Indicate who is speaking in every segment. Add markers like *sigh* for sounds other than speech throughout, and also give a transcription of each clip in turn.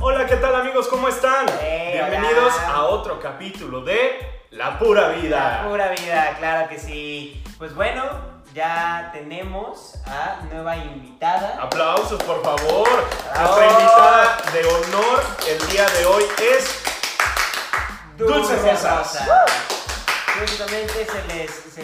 Speaker 1: Hola, ¿qué tal amigos? ¿Cómo están?
Speaker 2: Hey,
Speaker 1: Bienvenidos
Speaker 2: hola.
Speaker 1: a otro capítulo de La Pura Vida.
Speaker 2: La pura vida, claro que sí. Pues bueno, ya tenemos a nueva invitada.
Speaker 1: Aplausos, por favor.
Speaker 2: Bravo.
Speaker 1: Nuestra invitada de honor el día de hoy es Dulce Rosas.
Speaker 2: Justamente se les, se, se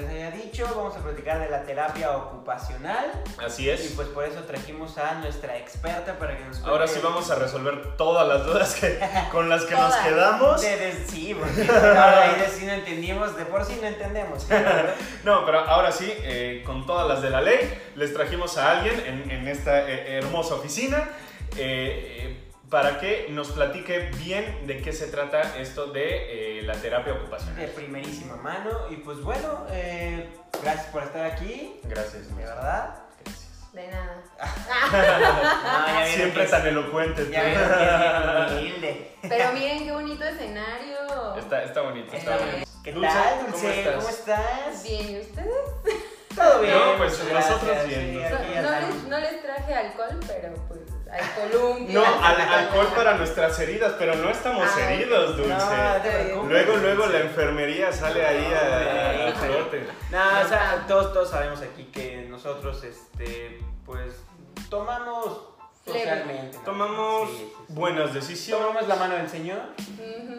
Speaker 2: les había dicho, vamos a platicar de la terapia ocupacional.
Speaker 1: Así
Speaker 2: Y
Speaker 1: es.
Speaker 2: pues por eso trajimos a nuestra experta para que nos cuente
Speaker 1: Ahora sí vamos a resolver todas las dudas
Speaker 2: *laughs*
Speaker 1: que, con las que nos
Speaker 2: Todas.
Speaker 1: quedamos.
Speaker 2: De, de- sí, porque ahora ahí de sí no entendimos, de por sí
Speaker 1: *laughs*
Speaker 2: no entendemos.
Speaker 1: No, pero ahora sí, eh, con todas las de la ley, les trajimos a alguien en, en esta eh, hermosa oficina eh, eh, para que nos platique bien de qué se trata esto de eh, la terapia
Speaker 2: De
Speaker 1: ocupacional.
Speaker 2: primerísima mano. Y pues bueno, eh, gracias por estar aquí,
Speaker 1: Gracias,
Speaker 2: de
Speaker 1: maestra. *laughs*
Speaker 2: verdad.
Speaker 1: Gracias.
Speaker 3: De nada.
Speaker 2: No, ya vieron
Speaker 1: Siempre
Speaker 2: que
Speaker 1: tan elocuente.
Speaker 2: Ya vieron
Speaker 1: tú. *laughs*
Speaker 2: que es bien humilde.
Speaker 3: Pero miren qué bonito escenario.
Speaker 1: Está, está bonito, está
Speaker 3: Eh,
Speaker 1: bonito.
Speaker 2: ¿Qué
Speaker 1: Dulce,
Speaker 2: tal,
Speaker 1: ¿cómo
Speaker 2: Dulce?
Speaker 1: estás?
Speaker 2: ¿Cómo estás?
Speaker 3: Bien, ¿y ustedes?
Speaker 2: Todo bien.
Speaker 1: No, pues,
Speaker 2: muchas
Speaker 1: nosotros
Speaker 2: gracias,
Speaker 1: bien,
Speaker 2: sí,
Speaker 1: ¿no?
Speaker 3: No,
Speaker 2: aquí ya
Speaker 3: no
Speaker 2: estamos.
Speaker 3: les, no les traje alcohol, pero pues alcohol
Speaker 1: No, al- alcohol para nuestras heridas, pero no estamos
Speaker 3: Ay,
Speaker 1: heridos, Dulce.
Speaker 2: Ah, No, no te preocupes.
Speaker 1: Luego, luego la enfermería sale ahí a, a
Speaker 2: Ay,
Speaker 1: flote.
Speaker 2: No, o sea, todos, todos sabemos aquí que nosotros, este, pues, tomamos
Speaker 3: Leve.
Speaker 2: socialmente. ¿no?
Speaker 1: Tomamos
Speaker 2: Sí, sí, sí.
Speaker 1: buenas decisiones.
Speaker 2: Tomamos la mano del Señor.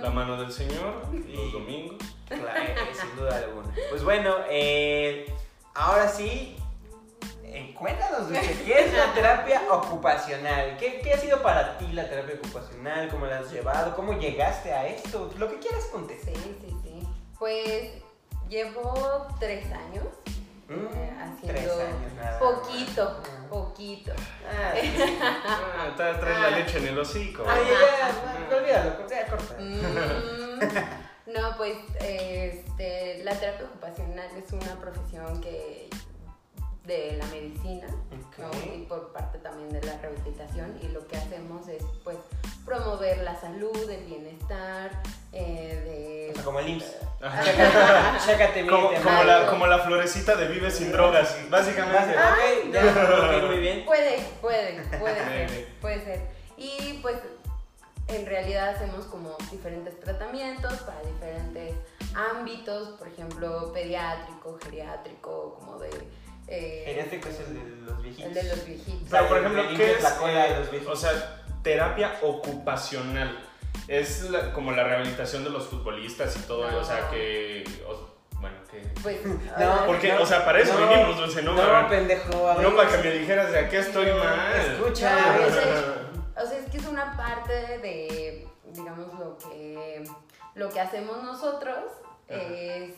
Speaker 1: La mano del Señor, los
Speaker 2: Y-
Speaker 1: domingos.
Speaker 2: Claro, eh, sin duda alguna. Pues bueno, eh, ahora sí, eh, cuéntanos, Dulce, ¿qué es la terapia ocupacional? ¿Qué, qué ha sido para ti la terapia ocupacional? ¿Cómo la has llevado? ¿Cómo llegaste a esto? Lo que quieras contestar.
Speaker 3: Sí, sí, sí. Pues llevo tres años, eh, haciendo
Speaker 2: Mm, tres años nada.
Speaker 3: poquito,
Speaker 2: más. *laughs*
Speaker 3: poquito.
Speaker 2: Ah, sí,
Speaker 3: *laughs*
Speaker 2: sí.
Speaker 1: Ah, tra- trae la leche en el hocico.
Speaker 2: Ay, ya, ya, olvídalo, ya, corta.
Speaker 3: Mm, No, pues este, la terapia ocupacional es una profesión que de la medicina, ¿no?
Speaker 2: Ok.
Speaker 3: y por parte también de la rehabilitación y lo que hacemos es pues promover la salud, el bienestar, eh,
Speaker 2: O *laughs* sea, como el
Speaker 3: *laughs*
Speaker 2: IMSS.
Speaker 1: Ajá.
Speaker 2: Chécate, chécate,
Speaker 1: Como,
Speaker 2: mírate,
Speaker 1: como
Speaker 2: mal.
Speaker 1: la, como la florecita de Vive sin drogas, básicamente.
Speaker 2: Ah, ok, ya, ok, muy
Speaker 3: de...
Speaker 2: bien.
Speaker 3: Puede, puede, puede
Speaker 1: Maybe.
Speaker 3: ser, puede ser. Y pues en realidad hacemos como diferentes tratamientos para diferentes ámbitos, por ejemplo, pediátrico, geriátrico, como de... eh,
Speaker 2: Geriátrico es el de los viejitos.
Speaker 3: El de los viejitos.
Speaker 2: *laughs*
Speaker 1: Pero, por ejemplo, ¿qué
Speaker 2: Le limpias
Speaker 1: es?
Speaker 2: la cola
Speaker 1: eh,
Speaker 2: a los viejitos.
Speaker 1: o sea, terapia ocupacional. Es la- como la rehabilitación de los futbolistas y todo,
Speaker 3: No.
Speaker 1: o sea, que... o- bueno, que...
Speaker 3: Pues,
Speaker 2: No,
Speaker 3: porque
Speaker 1: Porque, o sea, para eso
Speaker 2: No.
Speaker 1: vinimos, Dulce, ¿no?
Speaker 2: No,
Speaker 1: para,
Speaker 2: pendejo. a ver.
Speaker 1: no para que me dijeras de aquí estoy mal.
Speaker 2: Escucha.
Speaker 3: No, O sea, es que es una parte de, digamos, lo que, lo que hacemos nosotros
Speaker 1: Ajá.
Speaker 3: es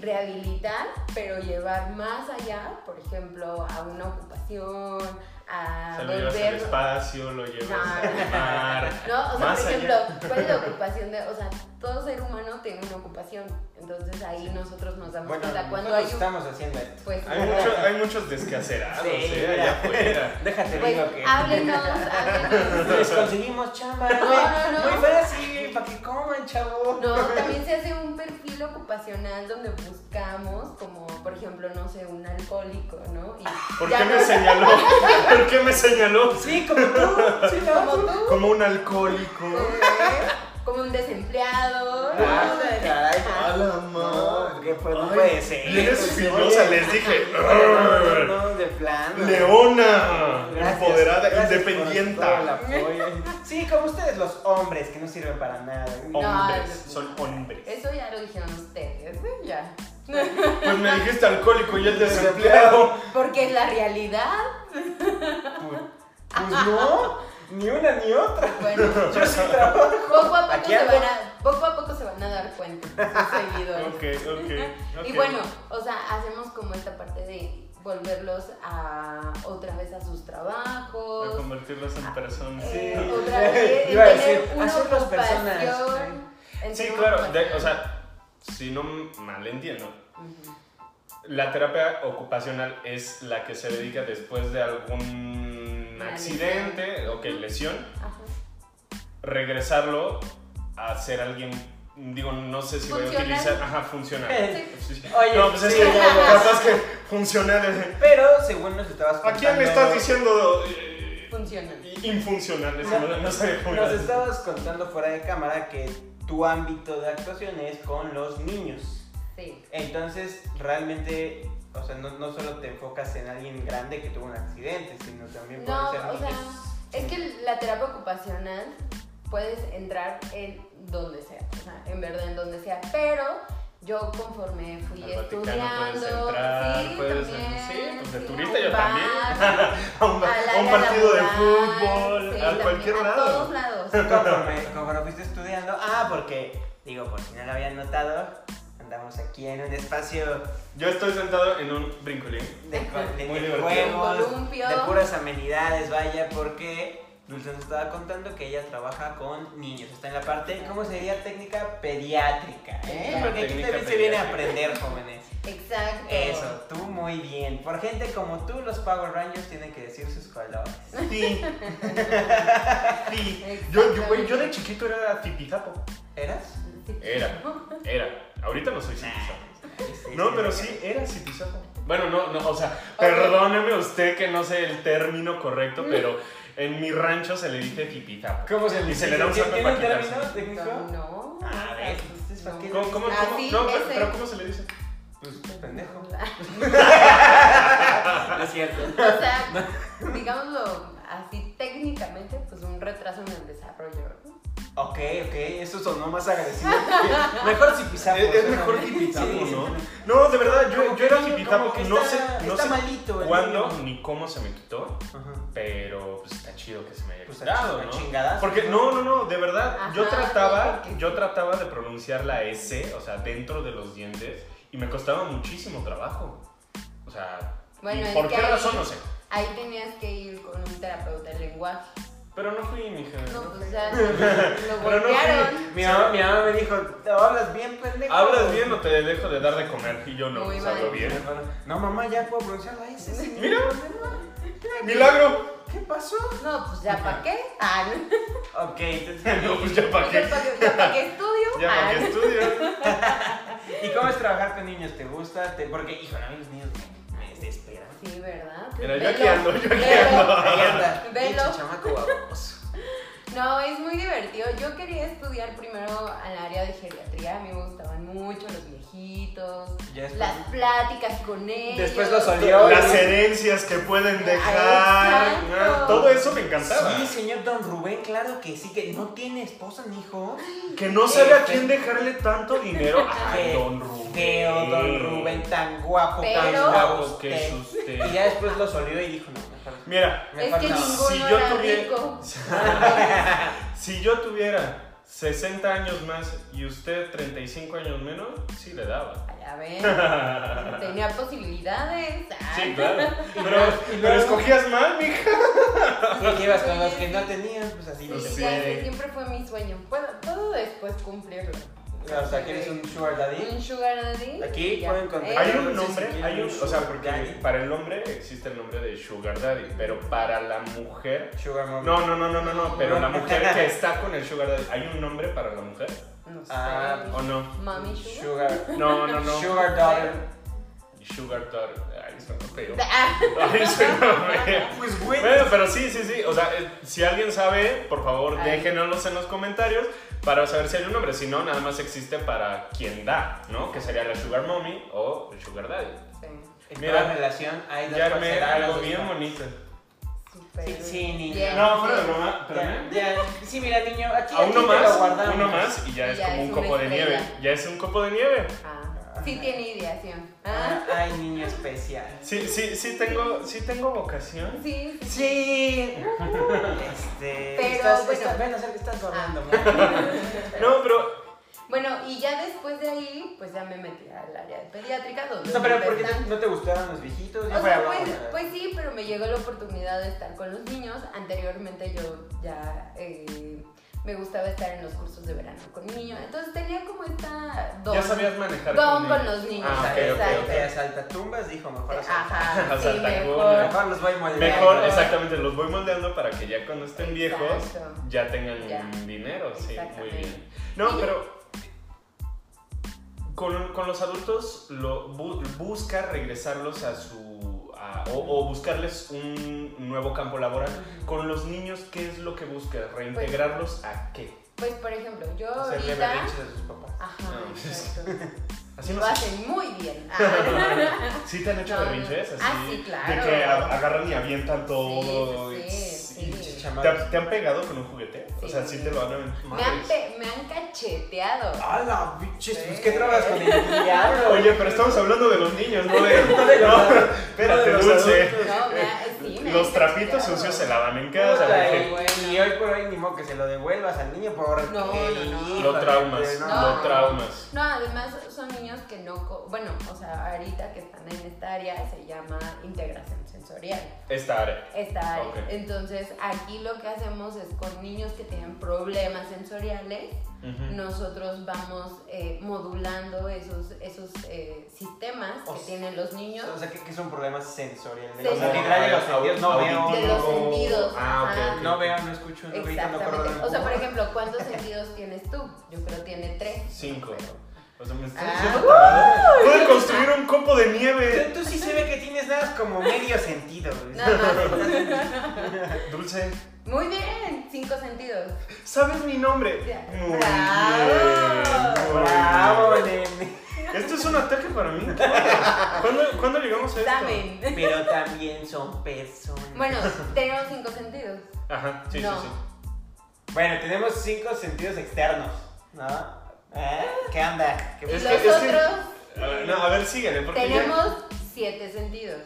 Speaker 3: rehabilitar, pero llevar más allá, por ejemplo, a una ocupación,
Speaker 1: O
Speaker 3: a
Speaker 1: sea, lo llevas al
Speaker 3: volver...
Speaker 1: espacio, lo llevas al mar.
Speaker 3: No, o sea,
Speaker 1: Más allá.
Speaker 3: por ejemplo, ¿cuál es la ocupación de...? O sea, todo ser humano tiene una ocupación, entonces ahí nosotros nos damos
Speaker 2: Bueno,
Speaker 3: cuenta cuando hay
Speaker 2: nosotros
Speaker 3: un...
Speaker 2: estamos haciendo esto. *laughs*
Speaker 3: Pues,
Speaker 1: Hay, mucho- hay muchos descaserados,
Speaker 2: Sí,
Speaker 1: eh,
Speaker 2: mira.
Speaker 1: allá afuera.
Speaker 2: Déjate,
Speaker 3: pues,
Speaker 2: digo que. *laughs*
Speaker 3: háblenos,
Speaker 1: *laughs*
Speaker 3: háblenos.
Speaker 2: Les conseguimos chamba.
Speaker 3: No,
Speaker 2: güey.
Speaker 3: no, no.
Speaker 2: Muy fácil, para que coman, chavo.
Speaker 1: *laughs*
Speaker 3: No, también se hace un perfil ocupacional donde buscamos, como por ejemplo, no sé, un alcohólico, ¿no? Y
Speaker 1: ¿Por
Speaker 3: ya
Speaker 1: qué me
Speaker 3: no-
Speaker 1: señaló? ¿Por qué me señaló?
Speaker 2: Sí, como tú. Sí, no.
Speaker 3: Como tú,
Speaker 1: Como un alcohólico.
Speaker 2: *laughs*
Speaker 3: como un desempleado. ¿no?
Speaker 2: Ah,
Speaker 3: O sea,
Speaker 2: caray,
Speaker 1: A la
Speaker 2: No,
Speaker 1: madre.
Speaker 2: porque pues no
Speaker 1: Ay,
Speaker 2: puede ser.
Speaker 1: Vienes
Speaker 2: pues,
Speaker 1: filosa,
Speaker 2: oye.
Speaker 1: les dije.
Speaker 2: No, no, no, de plano.
Speaker 1: Leona,
Speaker 2: Gracias,
Speaker 1: empoderada,
Speaker 2: gracias por todo el
Speaker 1: independiente.
Speaker 2: apoyo. Sí, como ustedes los hombres que no sirven para nada.
Speaker 1: Oh. Hombres,
Speaker 3: No,
Speaker 1: son hombres.
Speaker 3: Eso ya lo dijeron ustedes, ¿eh? ya.
Speaker 1: Pues me dijiste alcohólico y el desempleado.
Speaker 3: Porque es la realidad.
Speaker 2: Pues, pues no, ni una ni otra.
Speaker 3: pues, Bueno,
Speaker 2: Yo sí trabajo.
Speaker 3: poco a poco,
Speaker 2: Aquí
Speaker 3: se
Speaker 2: ando.
Speaker 3: van a, poco, a poco se van a dar cuenta sus seguidores.
Speaker 1: Ok, ok. ok.
Speaker 3: Y bueno, o sea, hacemos como esta parte de volverlos a otra vez a sus
Speaker 1: A
Speaker 3: trabajos,
Speaker 1: convertirlos en personas.
Speaker 2: Sí.
Speaker 3: Eh, otra *laughs* vez,
Speaker 2: Iba a
Speaker 3: tener
Speaker 2: decir,
Speaker 3: una
Speaker 2: hacerlos
Speaker 3: ocupación,
Speaker 2: personas.
Speaker 3: en
Speaker 1: Sí,
Speaker 3: tener una
Speaker 1: claro. de- o
Speaker 3: ocupación.
Speaker 1: sea, si no mal entiendo,
Speaker 3: Ujú.
Speaker 1: La terapia ocupacional es la que se dedica después de algún
Speaker 3: Una
Speaker 1: accidente o que lesión,
Speaker 3: Ajá.
Speaker 1: regresarlo a ser alguien, digo, no sé si voy a
Speaker 3: Funcional.
Speaker 1: utilizar, ajá, funcional.
Speaker 2: *laughs* Eh,
Speaker 1: Sí, sí.
Speaker 2: Oye,
Speaker 1: no, pues es
Speaker 2: sí,
Speaker 1: que
Speaker 2: ya, ya.
Speaker 1: capaz que funcional es-
Speaker 2: Pero según nos estabas
Speaker 1: ¿A quién le
Speaker 2: contando-
Speaker 1: estás diciendo? eh,
Speaker 3: Infuncional.
Speaker 1: Y Infuncional, eso no, pues, no sabía cómo
Speaker 2: Nos
Speaker 1: era.
Speaker 2: estabas contando fuera de cámara que tu ámbito de actuación es con los niños.
Speaker 3: Sí.
Speaker 2: Entonces, realmente, o sea, no, no solo te enfocas en alguien grande que tuvo un accidente, sino también pueden
Speaker 3: No,
Speaker 2: ser
Speaker 3: o
Speaker 2: niños.
Speaker 3: sea, es que la terapia ocupacional puedes entrar en donde sea, o sea, en verdad en donde sea, pero yo conforme fui
Speaker 1: Al Vaticano
Speaker 3: estudiando,
Speaker 1: puedes entrar,
Speaker 3: sí,
Speaker 1: puedes-
Speaker 3: también,
Speaker 1: sí, pues de
Speaker 3: sí,
Speaker 1: turista
Speaker 3: a
Speaker 1: yo
Speaker 3: un bar,
Speaker 1: *laughs* también. a un,
Speaker 3: al
Speaker 1: a un
Speaker 3: área
Speaker 1: partido de
Speaker 3: laboral,
Speaker 1: fútbol,
Speaker 3: sí,
Speaker 1: a
Speaker 3: también,
Speaker 1: cualquier
Speaker 3: a todos
Speaker 1: lado. *laughs*
Speaker 3: lados.
Speaker 2: Conforme, conforme fuiste estudiando, ah, porque, digo, por si no lo habían notado, andamos aquí en un espacio
Speaker 1: Yo estoy sentado en un brincolín.
Speaker 2: de, co- de-
Speaker 1: Muy
Speaker 2: de
Speaker 1: divertido.
Speaker 2: juegos,
Speaker 3: Columpio.
Speaker 2: de puras amenidades, vaya, porque Dulce nos estaba contando que ella trabaja con niños, está en la parte, ¿cómo sería? Técnica pediátrica, ¿eh?
Speaker 1: Ah,
Speaker 2: Porque aquí
Speaker 1: técnica
Speaker 2: también se viene a
Speaker 1: pediátrica.
Speaker 2: aprender, jóvenes.
Speaker 3: Exacto.
Speaker 2: Eso, tú muy bien. Por gente como tú, los Power Rangers tienen que decir sus colores.
Speaker 1: Sí. sí. Yo, yo, güey, yo de chiquito era tipizapo.
Speaker 2: ¿Eras?
Speaker 3: Sí.
Speaker 1: Era. Era. Ahorita no soy tipizapo. No, pero sí, era zipizapo. Bueno, no, no, o sea, Mm. perdóneme usted que no sé el término correcto, pero en mi rancho se le dice tipizapo.
Speaker 2: ¿Cómo se
Speaker 1: Y se le da un
Speaker 2: ¿Tiene-
Speaker 1: zape
Speaker 2: tiene
Speaker 1: para
Speaker 2: un
Speaker 1: quitarse.
Speaker 2: término técnico?
Speaker 3: No.
Speaker 1: Ah,
Speaker 2: A ver, entonces, ¿para qué?
Speaker 1: ¿Cómo, cómo, cómo?
Speaker 3: Así,
Speaker 1: No, pero,
Speaker 3: ese.
Speaker 1: pero ¿cómo se le dice?
Speaker 2: Pues
Speaker 3: *laughs*
Speaker 2: pendejo.
Speaker 3: O
Speaker 2: No es
Speaker 3: *laughs*
Speaker 2: cierto.
Speaker 3: sea, digámoslo así técnicamente, pues un retraso en el desarrollo. ¿no?
Speaker 2: Ok, ok, eso sonó más agresivo. Mejor si pisamos.
Speaker 1: Es- es
Speaker 2: ¿no?
Speaker 1: mejor tipizapo,
Speaker 2: Sí.
Speaker 1: ¿no? No, de verdad, yo,
Speaker 2: Como
Speaker 1: yo
Speaker 2: que
Speaker 1: era
Speaker 2: niño, como
Speaker 1: tipizapo,
Speaker 2: que
Speaker 1: no sé,
Speaker 2: está-
Speaker 1: no
Speaker 2: está
Speaker 1: sé
Speaker 2: malito el
Speaker 1: cuándo
Speaker 2: niño.
Speaker 1: ni cómo se me quitó,
Speaker 2: Ajá.
Speaker 1: pero pues está chido que se me haya
Speaker 2: Pues,
Speaker 1: quitado,
Speaker 2: a
Speaker 1: ¿no?
Speaker 2: chingadas.
Speaker 1: Porque no, no, no, de verdad, yo
Speaker 3: Ajá,
Speaker 1: trataba,
Speaker 3: porque-
Speaker 1: yo trataba de pronunciar la S, o sea, dentro de los dientes y me costaba muchísimo trabajo. O sea,
Speaker 3: Bueno,
Speaker 1: ¿y
Speaker 3: es
Speaker 1: por
Speaker 3: que
Speaker 1: qué
Speaker 3: ahí-
Speaker 1: razón no sé,
Speaker 3: Ahí tenías que ir con un terapeuta del lenguaje.
Speaker 1: pero no fui mi jefe.
Speaker 3: No, pues
Speaker 1: *laughs*
Speaker 3: ya lo golpearon.
Speaker 2: Mi mamá, mi mamá me dijo, "Te hablas bien, pendejo.
Speaker 1: Hablas bien o te dejo de dar de comer y yo no
Speaker 3: Muy
Speaker 1: pues,
Speaker 3: mal.
Speaker 1: hablo bien.
Speaker 2: No, mamá, ya puedo pronunciar la S. sí.
Speaker 1: Mira. Milagro.
Speaker 2: ¿Qué pasó?
Speaker 3: No, pues ya para qué. Ah, no.
Speaker 2: Ok, *laughs* entonces.
Speaker 1: No, pues ya
Speaker 3: *laughs*
Speaker 1: para qué.
Speaker 3: ¿Para qué estudio?
Speaker 1: Ya para
Speaker 3: Ah,
Speaker 1: qué estudio.
Speaker 2: ¿Y cómo es trabajar con niños? ¿te gusta? ¿Te... Porque, hijo, a mí los niños me, me desesperan.
Speaker 3: *laughs* Sí, ¿verdad?
Speaker 1: Mira, yo
Speaker 3: Velo,
Speaker 1: aquí ando, yo aquí
Speaker 3: velo.
Speaker 1: ando. *laughs*
Speaker 2: Ahí anda,
Speaker 3: Velo.
Speaker 2: pinche chamaco baboso.
Speaker 3: No, es muy divertido. Yo quería estudiar primero al área de geriatría. A mí me gustaban mucho los viejitos,
Speaker 2: Ya después-
Speaker 3: las pláticas con ellos.
Speaker 2: Después los olí- Yo-
Speaker 1: Las herencias que pueden dejar.
Speaker 3: Exacto.
Speaker 1: ah, Todo eso me encantaba.
Speaker 2: Sí, señor Don Rubén, claro que sí, que no tiene esposa ni hijo.
Speaker 1: Que no sabe a quién dejarle tanto
Speaker 2: *laughs*
Speaker 1: dinero. Ay,
Speaker 2: Este. Qué
Speaker 1: don Rubén.
Speaker 2: Feo Don Rubén, tan guapo, tan
Speaker 3: Pero-
Speaker 2: guapo
Speaker 1: Guapo que es
Speaker 2: usted.
Speaker 1: usted.
Speaker 2: Y ya después los olió y dijo, no, mejor,
Speaker 1: Mira,
Speaker 3: Es
Speaker 2: mejor
Speaker 3: que
Speaker 2: no.
Speaker 3: ninguno
Speaker 1: Si yo
Speaker 3: era
Speaker 1: tuviera-
Speaker 3: rico.
Speaker 1: si yo tuviera 60 años más y usted 35 años menos, sí le daba.
Speaker 3: A
Speaker 2: *laughs*
Speaker 3: ver, tenía posibilidades. Ay,
Speaker 1: Sí, claro. Pero,
Speaker 2: luego- *laughs* y
Speaker 1: pero
Speaker 2: luego-
Speaker 1: escogías mal, mija.
Speaker 2: Y te llevas con los que no tenían, pues así.
Speaker 1: Pues
Speaker 3: sí,
Speaker 1: sí.
Speaker 3: ya, ese siempre fue mi sueño. Puedo, puedo después cumplirlo.
Speaker 2: O sea, que eres un sugar daddy.
Speaker 3: Un sugar daddy.
Speaker 2: Aquí
Speaker 3: Ya.
Speaker 2: pueden encontrar-
Speaker 1: Hay
Speaker 3: Eh,
Speaker 1: un nombre, hay un, o sea,
Speaker 2: Daddy.
Speaker 1: porque para el hombre existe el nombre de Sugar Daddy, pero para la mujer.
Speaker 2: Sugar mommy.
Speaker 1: No, no, no, no, no, no, pero la mujer
Speaker 2: *laughs*
Speaker 1: que está con el Sugar Daddy, ¿hay un nombre para la mujer
Speaker 3: No sé.
Speaker 2: Ah,
Speaker 1: o no?
Speaker 3: Mami sugar.
Speaker 2: Sugar.
Speaker 1: No, no, no.
Speaker 2: Sugar daughter.
Speaker 1: Sugar Daughter. Ay, suena
Speaker 2: *laughs*
Speaker 1: feo.
Speaker 3: *laughs* Ah,
Speaker 1: Ay, suena feo.
Speaker 2: Pues
Speaker 1: Bueno, pero sí, sí, sí. O sea, eh, si alguien sabe, por favor,
Speaker 3: Ay.
Speaker 1: déjenoslos en los comentarios para saber si hay un nombre. Si no, nada más existe para quien da, ¿no? Que sería la Sugar Mommy o el Sugar Daddy.
Speaker 3: sí,
Speaker 2: En
Speaker 1: Mira,
Speaker 2: toda relación hay dos
Speaker 3: pues,
Speaker 1: Ya armé
Speaker 2: parcelas,
Speaker 1: algo
Speaker 2: dos
Speaker 1: bien
Speaker 2: par-
Speaker 1: bonito.
Speaker 3: súper
Speaker 2: Sí, sí, niña.
Speaker 3: bien.
Speaker 1: No, fuera de broma,
Speaker 2: Ya,
Speaker 1: espérame.
Speaker 2: ya. Sí, mira, niño, aquí,
Speaker 1: A
Speaker 2: aquí te
Speaker 1: uno
Speaker 2: lo
Speaker 1: más,
Speaker 2: guardamos.
Speaker 1: uno más y ya
Speaker 3: Y
Speaker 1: es
Speaker 3: ya
Speaker 1: como
Speaker 3: es
Speaker 1: un
Speaker 3: una
Speaker 1: copo de nieve.
Speaker 3: estrella.
Speaker 1: Ya es un copo de nieve.
Speaker 3: Ah, sí tiene ideación. Ah,
Speaker 2: Ay, niño especial.
Speaker 1: Sí, sí, sí tengo, sí tengo
Speaker 2: Ah.
Speaker 3: *laughs*
Speaker 1: vocación.
Speaker 3: sí. sí.
Speaker 2: *laughs* Sí. Este.
Speaker 3: Pero,
Speaker 2: estás,
Speaker 3: bueno. Ah.
Speaker 2: estás- ven a hacer que estás dormiendo.
Speaker 1: No, pero
Speaker 3: Bueno, y ya después de ahí, pues ya me metí al área de pediátrica donde...
Speaker 2: O sea, pero ¿por qué
Speaker 3: están-
Speaker 2: te- no te gustaron los viejitos?
Speaker 3: O
Speaker 2: Ya
Speaker 3: sea,
Speaker 2: hablamos
Speaker 3: pues,
Speaker 2: de-
Speaker 3: pues sí, pero me llegó la oportunidad de estar con los niños. Anteriormente yo ya eh, me gustaba estar en los cursos de verano con niños. Entonces tenía como esta don.
Speaker 1: ya sabías manejar.
Speaker 3: Don con los niños.
Speaker 1: Ah, ok, ok,
Speaker 3: Exacto.
Speaker 1: ok.
Speaker 2: Te asaltatumbas, dijo, mejor asalta-
Speaker 1: *laughs*
Speaker 3: Ajá,
Speaker 1: O sea,
Speaker 3: sí,
Speaker 1: tan
Speaker 3: mejor.
Speaker 2: Mejor los voy moldeando.
Speaker 1: Mejor, exactamente, los voy moldeando para que ya cuando estén viejos
Speaker 3: Exacto.
Speaker 1: ya tengan
Speaker 3: Ya.
Speaker 1: dinero, sí, muy
Speaker 3: Exactamente.
Speaker 1: bien. No,
Speaker 3: Y-
Speaker 1: pero con, con los adultos lo, bu- busca regresarlos a su, a, o, o buscarles un nuevo campo laboral. Con los niños, ¿qué es lo que buscas? ¿Reintegrarlos a qué?
Speaker 3: Pues, por ejemplo, yo
Speaker 2: Hacerle
Speaker 3: ahorita...
Speaker 2: berrinches a sus papás.
Speaker 3: Ajá,
Speaker 1: No.
Speaker 3: exacto.
Speaker 1: *laughs* Así no
Speaker 3: Lo
Speaker 1: se-
Speaker 3: hacen muy
Speaker 1: *laughs*
Speaker 3: bien. Ah.
Speaker 1: ¿Sí te han hecho
Speaker 3: No, no.
Speaker 1: berrinches? Así,
Speaker 3: Ah, sí, claro.
Speaker 1: De que a- agarran y avientan todo.
Speaker 3: Sí,
Speaker 1: y-
Speaker 3: sí,
Speaker 1: y-
Speaker 3: sí.
Speaker 1: ¿Te, han- te han pegado con un juguete? O
Speaker 3: Sí.
Speaker 1: sea, sí te lo han
Speaker 3: Me han,
Speaker 1: aventado.
Speaker 3: pe- me han cacheteado.
Speaker 2: ¡A la biches! Pues
Speaker 3: Sí.
Speaker 2: qué drogas con
Speaker 3: *laughs*
Speaker 2: el diablo.
Speaker 1: Oye, pero estamos hablando de los niños, no de.
Speaker 2: No de los-
Speaker 1: no,
Speaker 2: no de
Speaker 1: espérate,
Speaker 2: los
Speaker 1: dulce.
Speaker 2: adultos.
Speaker 3: No, me ha- sí, me
Speaker 1: Los
Speaker 3: han
Speaker 1: trapitos
Speaker 3: cacheteado.
Speaker 1: sucios se lavan en casa.
Speaker 2: Puta, eh.
Speaker 1: porque
Speaker 2: y, y hoy por hoy ni modo que se lo devuelvas al niño por
Speaker 3: No, no, no.
Speaker 1: Lo traumas,
Speaker 3: No.
Speaker 1: lo traumas.
Speaker 3: No, además son niños que no, co- bueno, o sea, ahorita que están en esta área se llama integración sensorial.
Speaker 1: Esta área.
Speaker 3: Esta área.
Speaker 1: Ok.
Speaker 3: Entonces, aquí lo que hacemos es con niños que tienen problemas sensoriales,
Speaker 1: Ujú.
Speaker 3: nosotros vamos eh, modulando esos, esos eh, sistemas
Speaker 2: O
Speaker 3: que
Speaker 2: sea,
Speaker 3: tienen los niños.
Speaker 2: O sea, que, que son problemas sensoriales.
Speaker 3: Sí.
Speaker 2: O sea, literal de los
Speaker 1: Au-
Speaker 2: sentidos. No veo.
Speaker 1: auditivo.
Speaker 3: De los sentidos,
Speaker 1: Oh. Ah, ok,
Speaker 3: ajá.
Speaker 1: ok.
Speaker 2: No veo, no escucho, no grito, no corro.
Speaker 3: Exactamente.
Speaker 2: no
Speaker 3: O sea, por
Speaker 2: empujo.
Speaker 3: ejemplo, ¿cuántos sentidos tienes tú? Yo creo tiene tres.
Speaker 1: Cinco. O sea, me estás
Speaker 3: Ah.
Speaker 1: diciendo que puede construir un copo de nieve.
Speaker 2: Tú, tú sí se ve que tienes nada como medio sentido. güey.
Speaker 3: No,
Speaker 2: *laughs*
Speaker 3: no, no.
Speaker 1: Dulce.
Speaker 3: Muy bien, cinco sentidos.
Speaker 1: ¿Sabes mi nombre?
Speaker 3: Ya.
Speaker 1: Muy bien.
Speaker 3: Bravo.
Speaker 1: muy
Speaker 2: Bravo, nene.
Speaker 1: bien. Esto es un ataque para mí. ¿Cuándo, cuándo llegamos a esto?
Speaker 3: Examen.
Speaker 2: Pero también son personas.
Speaker 3: Bueno, tenemos cinco sentidos.
Speaker 1: Ajá, sí,
Speaker 3: No.
Speaker 1: sí, sí.
Speaker 2: Bueno, tenemos cinco sentidos externos, ¿no? ¿Eh? ¿Qué anda? ¿Qué
Speaker 3: Y los
Speaker 1: que- es que-
Speaker 3: otros
Speaker 1: A ver, no, a ver, síguele. Porque ya-
Speaker 3: tenemos siete sentidos.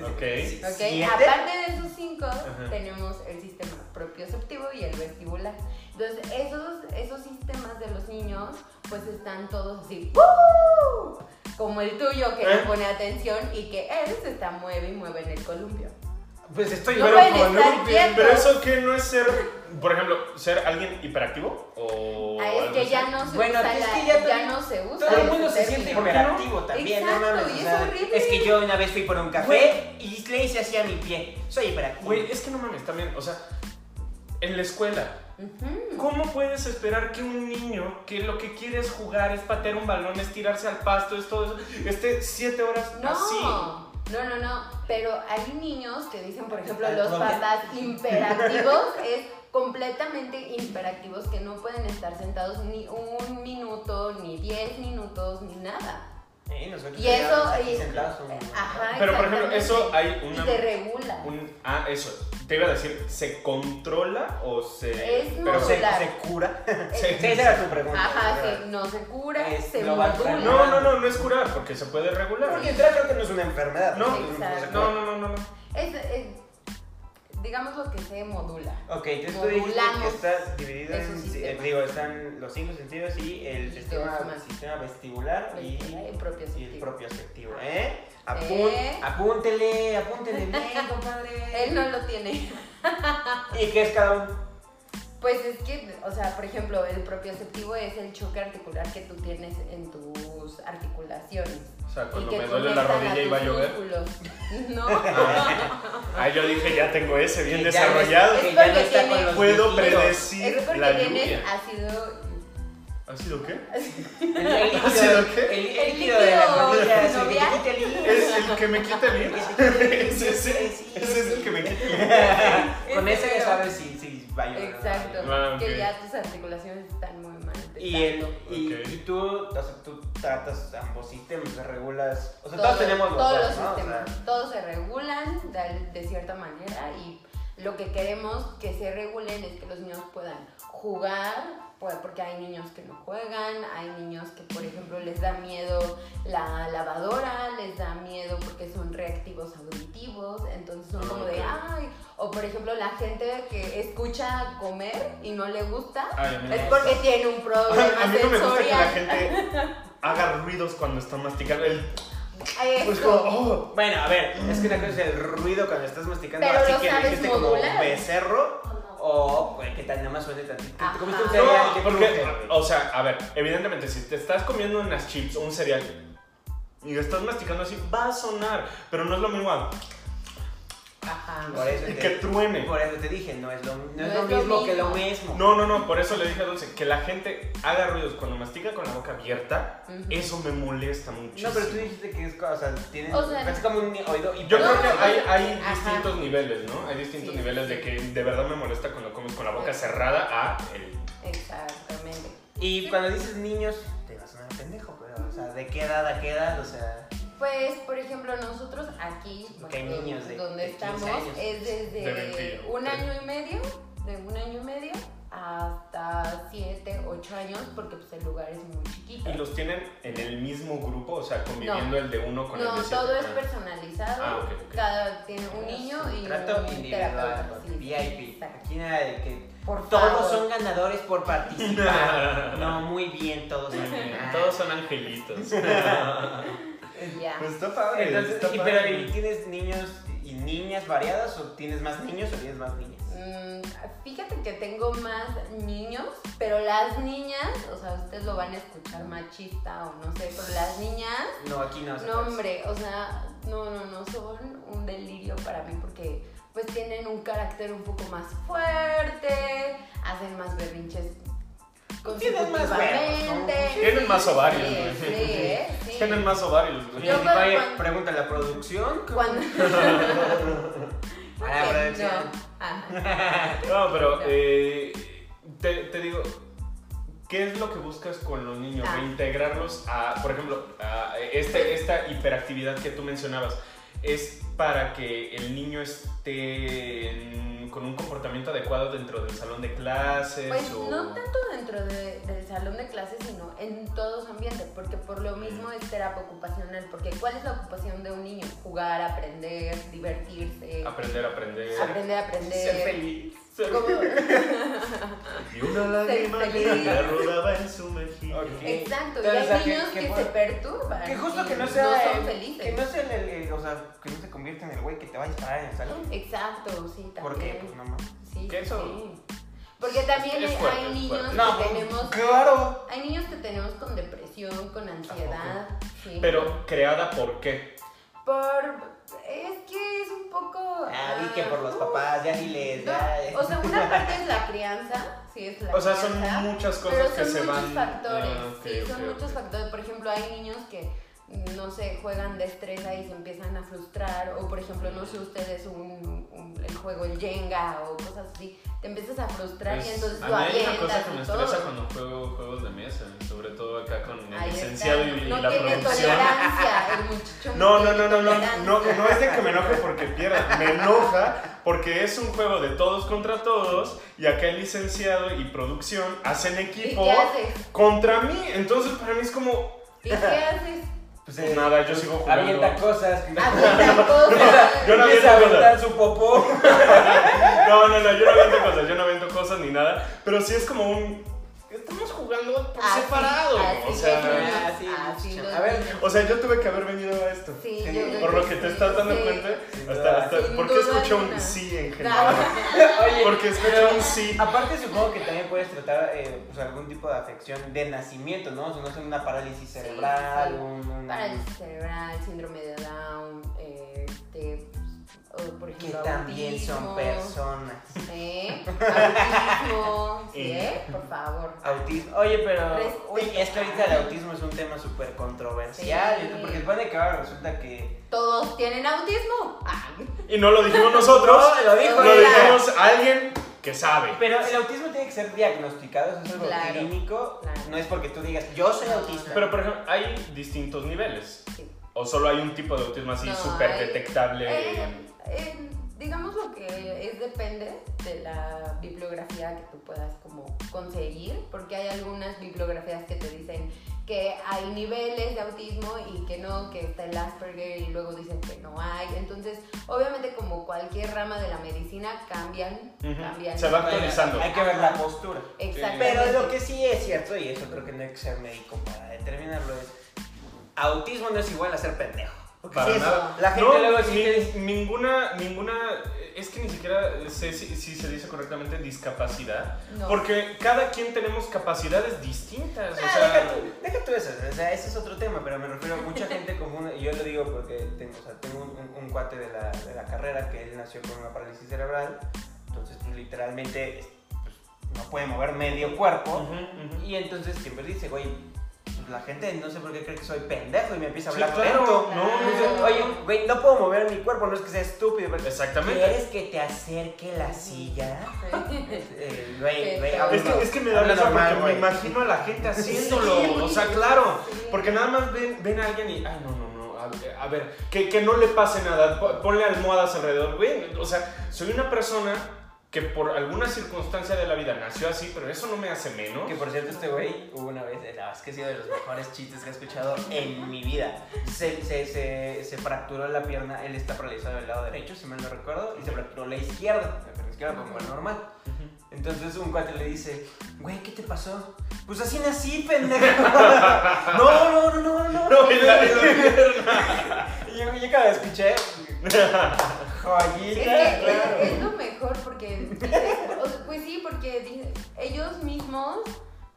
Speaker 1: Ok.
Speaker 3: ¿ok?
Speaker 2: ¿Siete?
Speaker 3: Aparte de esos cinco,
Speaker 1: Ajá.
Speaker 3: tenemos el sistema propioceptivo y el vestibular. Entonces, esos, esos sistemas de los niños, pues están todos así. ¡uh! Como el tuyo que
Speaker 1: ¿Eh?
Speaker 3: no pone atención y que él se está mueve y mueve en el columpio.
Speaker 2: Pues estoy
Speaker 3: No
Speaker 2: pero
Speaker 3: pueden
Speaker 2: con
Speaker 3: estar
Speaker 2: un-
Speaker 3: quietos.
Speaker 1: Pero eso que no es ser, por ejemplo, ser alguien hiperactivo o.
Speaker 3: Ah, es
Speaker 1: algo
Speaker 3: que
Speaker 1: así?
Speaker 3: ya no se
Speaker 2: Bueno,
Speaker 3: usa,
Speaker 2: es
Speaker 3: la-
Speaker 2: que
Speaker 3: ya,
Speaker 2: ya todo-
Speaker 3: no se
Speaker 2: Todo
Speaker 3: usa.
Speaker 2: el
Speaker 3: ese
Speaker 2: mundo se siente
Speaker 3: término.
Speaker 2: hiperactivo también,
Speaker 3: Exacto,
Speaker 2: no mames.
Speaker 3: y
Speaker 2: o
Speaker 3: es
Speaker 2: sea,
Speaker 3: horrible.
Speaker 2: es que yo una vez fui por un café y le hice así a mi pie. Soy hiperactivo.
Speaker 1: Güey, es que no mames, también, o sea, en la escuela.
Speaker 3: Ujú.
Speaker 1: ¿Cómo puedes esperar que un niño que lo que quiere es jugar, es patear un balón, es tirarse al pasto, es todo eso, esté siete horas
Speaker 3: No,
Speaker 1: así?
Speaker 3: no, no, no. Pero hay niños que dicen, por ejemplo,
Speaker 2: Al
Speaker 3: los
Speaker 2: propio.
Speaker 3: papás imperativos *laughs* es completamente imperativos que no pueden estar sentados ni un minuto, ni diez minutos, ni nada.
Speaker 2: Eh, nosotros
Speaker 3: Y eso.
Speaker 2: estábamos aquí
Speaker 3: y-
Speaker 2: sentados un-
Speaker 3: ajá,
Speaker 1: Pero por ejemplo,
Speaker 3: exactamente.
Speaker 1: eso hay una.
Speaker 3: Y te regula.
Speaker 1: un- ah, eso. Te iba a decir, ¿se controla o se.?
Speaker 3: Es
Speaker 1: pero se-
Speaker 2: Se, se
Speaker 1: *laughs*
Speaker 2: cura.
Speaker 1: se-
Speaker 2: Sí, esa era tu pregunta.
Speaker 3: Ajá, sí, no se cura,
Speaker 2: Es-
Speaker 3: se
Speaker 2: lo va
Speaker 3: modula.
Speaker 1: No, no, no, no es curar, porque se puede regular.
Speaker 2: Porque entrar creo que no es una enfermedad.
Speaker 1: No,
Speaker 3: Exacto.
Speaker 1: No, no, no, no. no.
Speaker 3: Es, es- digamos lo que se modula.
Speaker 2: Ok, entonces tú dijiste
Speaker 3: Modulamos
Speaker 2: que está dividido
Speaker 3: esos
Speaker 2: en, eh,
Speaker 3: sistemas.
Speaker 2: digo, están los cinco sentidos y el
Speaker 3: Y
Speaker 2: sistema,
Speaker 3: todos más.
Speaker 2: sistema vestibular y,
Speaker 3: Vestibular y propioceptivo.
Speaker 2: y el propioceptivo, ¿eh? Apún-
Speaker 3: ¿Eh?
Speaker 2: Apúntele, apúntele bien,
Speaker 3: *laughs*
Speaker 2: compadre.
Speaker 3: Él no lo tiene.
Speaker 2: ¿Y qué es cada uno?
Speaker 3: Pues es que, o sea, por ejemplo, el propioceptivo es el choque articular que tú tienes en tus articulaciones.
Speaker 1: O sea,
Speaker 3: Y
Speaker 1: cuando
Speaker 3: que
Speaker 1: me duele la
Speaker 3: conectan
Speaker 1: rodilla y va a
Speaker 3: tus
Speaker 1: llover.
Speaker 3: músculos. *laughs* No.
Speaker 1: Ah, yo dije, ya tengo ese bien
Speaker 2: Que ya no-
Speaker 1: desarrollado.
Speaker 3: Es
Speaker 2: que ya no
Speaker 3: porque
Speaker 2: está con
Speaker 3: tiene-
Speaker 2: los
Speaker 1: Puedo
Speaker 2: viejitos.
Speaker 1: predecir
Speaker 3: es porque
Speaker 1: la
Speaker 3: tienes
Speaker 1: lluvia.
Speaker 3: ácido.
Speaker 1: ¿Ha sido qué?
Speaker 2: El, el líquido,
Speaker 1: ¿Ha sido qué?
Speaker 2: el- el
Speaker 3: El
Speaker 2: líquido de las
Speaker 3: líquido
Speaker 2: rodillas, el
Speaker 3: novial.
Speaker 2: que te quita el hilo.
Speaker 1: Es el que me quita el
Speaker 3: *laughs*
Speaker 1: hilo. *laughs* Ese, ese, ese es el que me quita el hilo.
Speaker 2: *laughs* Con
Speaker 3: Ese
Speaker 2: ese ya
Speaker 3: pero-
Speaker 2: sabes si, si va a llover o no.
Speaker 3: Exacto.
Speaker 1: Ah, ok.
Speaker 3: Que ya tus articulaciones están muy mal. de
Speaker 2: Y, el,
Speaker 3: tanto.
Speaker 2: y,
Speaker 1: Ok.
Speaker 2: y tú, o sea, tú tratas ambos sistemas, o sea, regulas. O sea,
Speaker 3: Todo-
Speaker 2: todos tenemos los
Speaker 3: todos
Speaker 2: dos,
Speaker 3: los
Speaker 2: ¿no? O sea,
Speaker 3: sistemas, todos se regulan de, de cierta manera y lo que queremos que se regulen es que los niños puedan jugar, pues, porque hay niños que no juegan, hay niños que por ejemplo les da miedo la lavadora, les da miedo porque son reactivos auditivos, entonces son como de,
Speaker 1: Ok.
Speaker 3: ay, o por ejemplo la gente que escucha comer y no le gusta,
Speaker 1: Ay, a mí no
Speaker 3: es
Speaker 1: me
Speaker 3: porque
Speaker 1: gusta.
Speaker 3: tiene un
Speaker 1: *laughs* A
Speaker 3: problema
Speaker 1: mí no me gusta que la
Speaker 3: sensorial.
Speaker 1: gente haga ruidos cuando está masticando. El, pues como,
Speaker 3: Eso.
Speaker 1: oh,
Speaker 2: Bueno, a ver, es que una cosa es el ruido cuando estás masticando,
Speaker 3: Pero
Speaker 2: así
Speaker 3: lo
Speaker 2: que lo
Speaker 3: sabes
Speaker 2: hiciste como
Speaker 3: modular.
Speaker 2: becerro. O güey, que tal, nada más suene tantito.
Speaker 3: Ajá.
Speaker 2: ¿Te comiste un
Speaker 3: No,
Speaker 2: cereal?
Speaker 1: no,
Speaker 2: ¿Qué
Speaker 1: porque,
Speaker 2: comiste, güey?
Speaker 1: o sea, a ver, evidentemente, si te estás comiendo unas chips o un cereal y lo estás masticando así, va a sonar, pero no es lo mismo a-
Speaker 3: Ajá.
Speaker 2: Por eso
Speaker 1: Que
Speaker 2: te,
Speaker 1: truene.
Speaker 2: por eso te dije, no es lo, no es lo mismo que lo mismo.
Speaker 1: No, no, no, por eso le dije a Dulce que la gente haga ruidos cuando mastica con la boca abierta.
Speaker 3: Ujú.
Speaker 1: Eso me molesta mucho.
Speaker 2: No, pero tú dijiste que es cosa, o sea, tienes,
Speaker 3: O sea,
Speaker 2: es como un oído y
Speaker 1: Yo
Speaker 3: No,
Speaker 1: creo que
Speaker 3: no,
Speaker 1: hay,
Speaker 3: no.
Speaker 1: hay
Speaker 3: Ajá.
Speaker 1: distintos niveles, ¿no? Hay distintos
Speaker 3: Sí,
Speaker 1: niveles
Speaker 3: sí,
Speaker 1: de
Speaker 3: sí.
Speaker 1: que de verdad me molesta cuando comes con la boca cerrada a el...
Speaker 3: Exactamente.
Speaker 2: Y cuando dices niños, te vas a sonar pendejo, pero, o sea, ¿de qué edad a qué edad? O sea,
Speaker 3: Pues, por ejemplo, nosotros aquí,
Speaker 2: Que hay
Speaker 3: bueno,
Speaker 2: niños de-
Speaker 3: donde
Speaker 2: de 15
Speaker 3: estamos,
Speaker 2: años.
Speaker 3: es desde
Speaker 1: De 20,
Speaker 3: un
Speaker 1: sí.
Speaker 3: año y medio, de un año y medio hasta 7, 8 años, porque pues el lugar es muy chiquito.
Speaker 1: Y los tienen en el mismo grupo, o sea, conviviendo el de uno con el de
Speaker 3: No,
Speaker 1: siete.
Speaker 3: todo
Speaker 1: *laughs*
Speaker 3: es
Speaker 1: Ah.
Speaker 3: personalizado.
Speaker 1: Ah, ok, ok.
Speaker 3: Cada tiene un niño y
Speaker 2: trato
Speaker 3: un
Speaker 2: individual,
Speaker 3: terapeuta, sí,
Speaker 2: VIP.
Speaker 3: exacto.
Speaker 2: Aquí nada de que
Speaker 3: Por
Speaker 2: todos
Speaker 3: favor.
Speaker 2: son ganadores
Speaker 1: *laughs*
Speaker 2: por participar. No, muy bien, todos son
Speaker 1: Ah,
Speaker 2: ganadores.
Speaker 1: Todos son
Speaker 3: *laughs*
Speaker 1: angelitos.
Speaker 3: Ya.
Speaker 2: *laughs*
Speaker 1: Pues está padre.
Speaker 2: Entonces,
Speaker 1: está
Speaker 2: y,
Speaker 1: padre.
Speaker 2: pero ¿y ¿tienes niños y niñas variadas o tienes más niños o tienes más niñas?
Speaker 3: Mm, Fíjate que tengo más niños, pero las niñas, o sea, ustedes lo van a escuchar machista o no sé, pero las niñas
Speaker 2: No, aquí no. se
Speaker 3: No,
Speaker 2: puede.
Speaker 3: hombre, o sea, no, no, no, son un delirio para mí porque pues tienen un carácter un poco más fuerte, hacen más berrinches
Speaker 2: Tienen más
Speaker 3: consecutivamente.
Speaker 2: huevos,
Speaker 1: ¿no? Tienen más ovarios,
Speaker 3: Sí,
Speaker 1: güey.
Speaker 3: sí, ¿eh? Sí.
Speaker 1: *laughs* Tienen más ovarios, güey.
Speaker 2: Oye,
Speaker 3: Yo
Speaker 2: si
Speaker 3: cuando-
Speaker 2: Pues, vaya,
Speaker 3: cuando-
Speaker 2: pregunta la producción.
Speaker 1: *laughs*
Speaker 2: ¿cómo?
Speaker 3: *laughs* Cuando...
Speaker 2: A la producción.
Speaker 3: No. Ah, Ajá.
Speaker 1: No, pero
Speaker 3: Ya.
Speaker 1: eh, te, te digo, ¿qué es lo que buscas con los niños?
Speaker 3: Ah.
Speaker 1: Reintegrarlos a, por ejemplo, a este, esta hiperactividad que tú mencionabas. ¿Es para que el niño esté en- con un comportamiento adecuado dentro del salón de clases?
Speaker 3: Pues
Speaker 1: o-
Speaker 3: no tanto dentro de- del salón de clases, sino en todos los ambientes, porque por lo mismo es terapia ocupacional, porque ¿cuál es la ocupación de un niño? Jugar, aprender, divertirse,
Speaker 1: Aprender, aprender.
Speaker 3: aprender a aprender.
Speaker 2: Ser feliz.
Speaker 1: Ser-
Speaker 3: Como-
Speaker 1: Y una lágrima
Speaker 3: Ser
Speaker 1: que
Speaker 3: feliz.
Speaker 1: le rodaba en su mejilla.
Speaker 2: Ok.
Speaker 3: Exacto,
Speaker 2: Entonces,
Speaker 3: y
Speaker 2: o
Speaker 3: hay
Speaker 2: sea, que-
Speaker 3: niños
Speaker 2: que
Speaker 3: que,
Speaker 2: por-
Speaker 3: se perturban.
Speaker 2: Que justo
Speaker 3: y
Speaker 2: que no sea.
Speaker 3: No son
Speaker 2: el-
Speaker 3: felices.
Speaker 2: Que no sea el, el- el- o sea, que no se convierta en el güey que te va a disparar en el salón.
Speaker 3: Exacto, sí, también.
Speaker 2: ¿Por qué? Pues no mames.
Speaker 3: Sí,
Speaker 1: Que eso-
Speaker 3: sí. Porque también
Speaker 1: es
Speaker 3: hay-
Speaker 1: fuerte,
Speaker 3: hay
Speaker 1: es
Speaker 3: niños
Speaker 1: fuerte.
Speaker 2: No, pues,
Speaker 3: que tenemos.
Speaker 2: claro.
Speaker 3: Hay niños que tenemos con depresión, con ansiedad. sí.
Speaker 1: Pero creada por qué?
Speaker 3: Por. Es que es un poco.
Speaker 2: Ah, di que por los
Speaker 3: ah,
Speaker 2: papás, ya diles.
Speaker 3: no,
Speaker 2: ya. este,
Speaker 3: O sea, una parte es la crianza, sí es la
Speaker 1: O sea, son
Speaker 3: crianza.
Speaker 1: muchas
Speaker 3: Pero
Speaker 1: cosas
Speaker 3: son
Speaker 1: que se van.
Speaker 3: muchos factores,
Speaker 1: Ah, ok,
Speaker 3: sí, son
Speaker 1: ok,
Speaker 3: muchos
Speaker 1: ok.
Speaker 3: factores. Por ejemplo, hay niños que, no sé, juegan destreza y se empiezan a frustrar, o por ejemplo, no
Speaker 1: Mm.
Speaker 3: sé, ustedes un, un- el juego el Jenga o cosas así, te empiezas a frustrar
Speaker 1: Pues,
Speaker 3: y entonces
Speaker 1: a
Speaker 3: lo
Speaker 1: mí hay una cosa
Speaker 3: avientas
Speaker 1: que me
Speaker 3: y todo.
Speaker 1: estresa cuando juego juegos de mesa, sobre todo acá con el
Speaker 3: Ahí está.
Speaker 1: licenciado y, y
Speaker 3: no
Speaker 1: la
Speaker 3: tiene
Speaker 1: producción.
Speaker 3: tolerancia,
Speaker 1: *laughs*
Speaker 3: el muchacho
Speaker 1: No, no,
Speaker 3: tiene
Speaker 1: no, no, no,
Speaker 3: tolerancia.
Speaker 1: no, no es de que me enoje porque pierda, me enoja porque es un juego de todos contra todos y acá el licenciado y producción hacen
Speaker 3: ¿Y
Speaker 1: equipo
Speaker 3: qué haces?
Speaker 1: contra mí, entonces para mí es como,
Speaker 3: ¿Y qué
Speaker 1: *laughs*
Speaker 3: haces?
Speaker 2: Pues
Speaker 1: Pues nada, yo sigo jugando.
Speaker 2: Avienta cosas. *laughs*
Speaker 3: Avienta
Speaker 1: Yo
Speaker 3: cosas.
Speaker 1: no
Speaker 2: Empieza a
Speaker 1: aviento cosas.
Speaker 2: aventar su popó.
Speaker 1: no, no, no, yo no aviento cosas, yo no aviento cosas ni nada, pero sí es como un, estamos jugando por
Speaker 3: Así,
Speaker 1: separado,
Speaker 3: así
Speaker 1: o sea...
Speaker 3: es.
Speaker 2: Ah, sí,
Speaker 3: Así
Speaker 2: muchacho.
Speaker 3: los
Speaker 2: A ver,
Speaker 3: niños.
Speaker 1: O sea, yo tuve que haber venido a esto.
Speaker 3: Sí,
Speaker 2: Sí,
Speaker 3: yo creo
Speaker 1: Por lo
Speaker 3: que
Speaker 1: que te
Speaker 3: sí,
Speaker 1: estás dando
Speaker 3: sí.
Speaker 1: cuenta,
Speaker 2: Sin
Speaker 1: hasta,
Speaker 2: duda,
Speaker 1: hasta-
Speaker 3: sin
Speaker 1: ¿por qué
Speaker 3: duda
Speaker 1: escuché un
Speaker 3: alguna.
Speaker 1: sí en general?
Speaker 2: *laughs*
Speaker 3: Nada.
Speaker 2: Oye,
Speaker 1: Porque escuché un sí.
Speaker 2: *laughs* Aparte supongo que también puedes tratar eh, pues, algún tipo de afección de nacimiento, ¿no? O sea, no es una parálisis cerebral,
Speaker 3: sí, sí.
Speaker 2: un... un-
Speaker 3: Parálisis cerebral, síndrome de Down, eh, este, pues, o por
Speaker 2: Que
Speaker 3: ejemplo,
Speaker 2: también son
Speaker 3: autismo,
Speaker 2: personas.
Speaker 3: ¿eh? Autismo, ¿sí, eh? Por favor.
Speaker 2: Autismo. Oye, pero...
Speaker 3: Respeta.
Speaker 2: Uy, es que ahorita el autismo es un tema súper controversial,
Speaker 3: Sí.
Speaker 2: yo creo, porque después de que ahora resulta que...
Speaker 3: ¿Todos tienen autismo? Ah,
Speaker 1: Y no lo dijimos nosotros,
Speaker 2: No, lo dijo
Speaker 1: lo
Speaker 2: ella.
Speaker 1: dijimos a alguien que sabe.
Speaker 2: Pero el autismo tiene que ser diagnosticado, eso es algo
Speaker 3: Claro.
Speaker 2: clínico,
Speaker 3: Claro.
Speaker 2: no es porque tú digas, yo soy
Speaker 3: No,
Speaker 2: autista.
Speaker 1: Pero, por ejemplo, hay distintos niveles.
Speaker 3: sí.
Speaker 1: O solo hay un tipo de autismo así
Speaker 3: No,
Speaker 1: súper
Speaker 3: hay-
Speaker 1: detectable.
Speaker 3: Eh, eh, digamos lo que es depende de la bibliografía que tú puedas como conseguir, porque hay algunas bibliografías que te dicen que hay niveles de autismo y que no, que está el Asperger y luego dicen que no hay. Entonces, obviamente como cualquier rama de la medicina cambian,
Speaker 1: Ujú.
Speaker 3: cambian.
Speaker 1: Se va actualizando.
Speaker 2: Hay que ver la postura.
Speaker 3: Exactamente.
Speaker 2: Pero lo que sí es cierto, y eso creo que no hay que ser médico para determinarlo, es autismo no es igual a ser pendejo. Porque
Speaker 1: Para
Speaker 2: sí, eso,
Speaker 1: nada.
Speaker 2: La gente
Speaker 1: No,
Speaker 2: luego sí
Speaker 1: ni-
Speaker 2: te dice,
Speaker 1: ninguna, ninguna, es que ni siquiera sé si, si se dice correctamente discapacidad,
Speaker 3: No.
Speaker 1: porque cada quien tenemos capacidades distintas. o
Speaker 2: Ah,
Speaker 1: sea,
Speaker 2: deja, tú, deja tú eso, o sea, ese es otro tema, pero me refiero a mucha gente común, y yo lo digo porque tengo, o sea, tengo un, un- un cuate de la, de la carrera que él nació con una parálisis cerebral, entonces pues, literalmente pues, no puede mover medio cuerpo,
Speaker 1: ujú, ujú.
Speaker 2: y entonces siempre dice, güey, pues, la gente no sé por qué cree que soy pendejo y me empieza a
Speaker 1: Sí,
Speaker 2: hablar
Speaker 1: claro,
Speaker 2: lento.
Speaker 1: no, no,
Speaker 2: Dice,
Speaker 1: no.
Speaker 2: Oye, güey, no puedo mover mi cuerpo, no es que sea estúpido, pero
Speaker 1: Exactamente.
Speaker 2: ¿quieres que te acerque la
Speaker 1: *laughs*
Speaker 2: silla? Eh, Güey, güey,
Speaker 3: Es
Speaker 2: habla-
Speaker 1: Es que, es que me da
Speaker 2: habla
Speaker 1: risa
Speaker 2: normal,
Speaker 1: porque
Speaker 2: güey.
Speaker 1: me imagino a la gente haciéndolo.
Speaker 3: Sí.
Speaker 1: o sea, claro.
Speaker 3: Sí.
Speaker 1: Porque nada más ven, ven a alguien y. Ay, no, no, no. A, ver, a ver, que, que no le pase nada. po- Ponle almohadas alrededor. Güey, o sea, soy una persona que por alguna circunstancia de la vida nació así, pero eso no me hace menos.
Speaker 2: Que por cierto, este güey hubo una vez, la verdad es que ha sido de los mejores chistes que he escuchado en mi vida. Se, se, se, se fracturó la pierna, él está paralizado del lado derecho, si mal no recuerdo, y se fracturó la izquierda, la pierna izquierda como es normal. Entonces un cuate le dice, güey, ¿qué te pasó? Pues así nací, pendejo. *laughs* no, no, no, no, no.
Speaker 1: No, y
Speaker 2: *laughs*
Speaker 1: la- y la-
Speaker 2: Y yo, yo cuando escuché,
Speaker 3: Es,
Speaker 2: joyita.
Speaker 3: que eh,
Speaker 2: claro.
Speaker 3: es- es lo mejor porque, dices, o sea, pues sí, porque di- ellos mismos